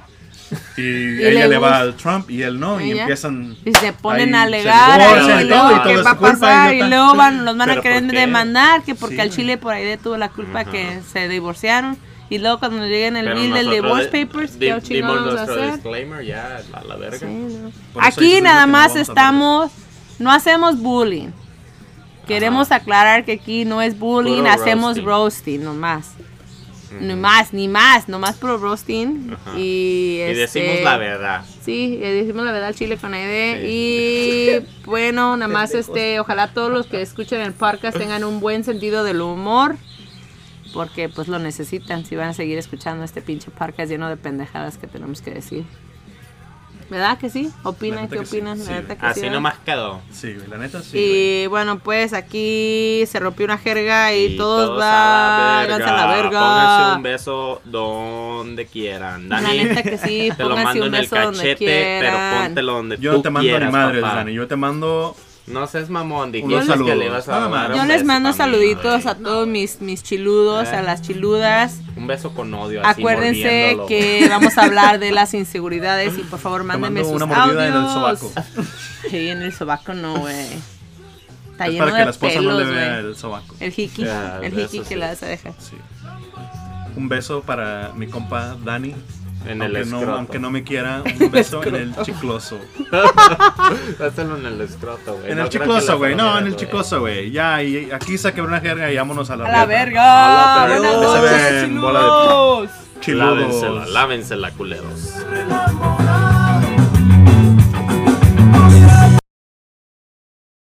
Y, le ella le va gusta. al Trump y él no, y Ella. empiezan... Y se ponen a ahí, se alegar divorcian ahí, y luego todo, y que todo va es a tu culpa, pasar y idiota. luego van, los van a Pero querer ¿por qué? demandar que porque Sí. al Chile por ahí de tuvo la culpa que se divorciaron y luego cuando lleguen el Pero bill del nosotros divorce di- papers, di- ¿qué chingón dimos vamos a nuestro hacer? disclaimer ya a la verga. Sí, no. Por eso Aquí dices nada que no más vamos a estamos, no hacemos bullying. Queremos aclarar que aquí no es bullying, Puro hacemos roasting. roasting nomás. Ni más, ni más, nomás puro roasting. Ajá. Y, Y decimos este, la verdad. Sí, y decimos la verdad al chile con Aide. Y bueno, nada más este, ojalá todos los que escuchen el podcast tengan un buen sentido del humor. Porque pues lo necesitan si van a seguir escuchando este pinche podcast lleno de pendejadas que tenemos que decir. ¿Verdad que sí? La ¿Opinan? neta ¿Qué que sí, opinan? sí, La neta que sí, Así ¿verdad? nomás quedó. Sí, güey, la neta sí. güey. Y bueno, pues aquí se rompió una jerga y, Y todos, a van a la verga. Pónganse un beso donde quieran. La Dani, neta que sí, te lo pónganse mando un en el beso donde cachete, pero quieran. póntelo donde Yo tú no te mando quieras, ni madres, papá. Dani. Yo te mando. No seas mamón, Unos dijiste que saludos, le ibas a nada más. dar un Yo les beso mando también, saluditos güey. a todos mis, mis chiludos, Eh. a las chiludas. Un beso con odio. Así, Acuérdense mordiéndolo, güey. que vamos a hablar de las inseguridades y por favor mándenme mando sus una mordida en el audios. sobaco. Sí, en el sobaco no, güey. Está es lleno para que la de esposa no pelos, le güey. vea el sobaco. El hiki, Ah, el eso hiki que sí. la vas a dejar. Sí. Un beso para mi compa Dani. En el aunque, no, escroto. aunque no me quiera, un beso en el chicloso. Dáselo en el escroto, güey. En No creo el que chicloso, lo güey. No, en el saludes, chicloso, güey. Ya, y aquí saqué una jerga y vámonos a la, A la A verga. la verga. Buenas Se noches, ven, bola de- chiludos. güey. Chiludos. Lávensela, lávensela, culeros. El amor.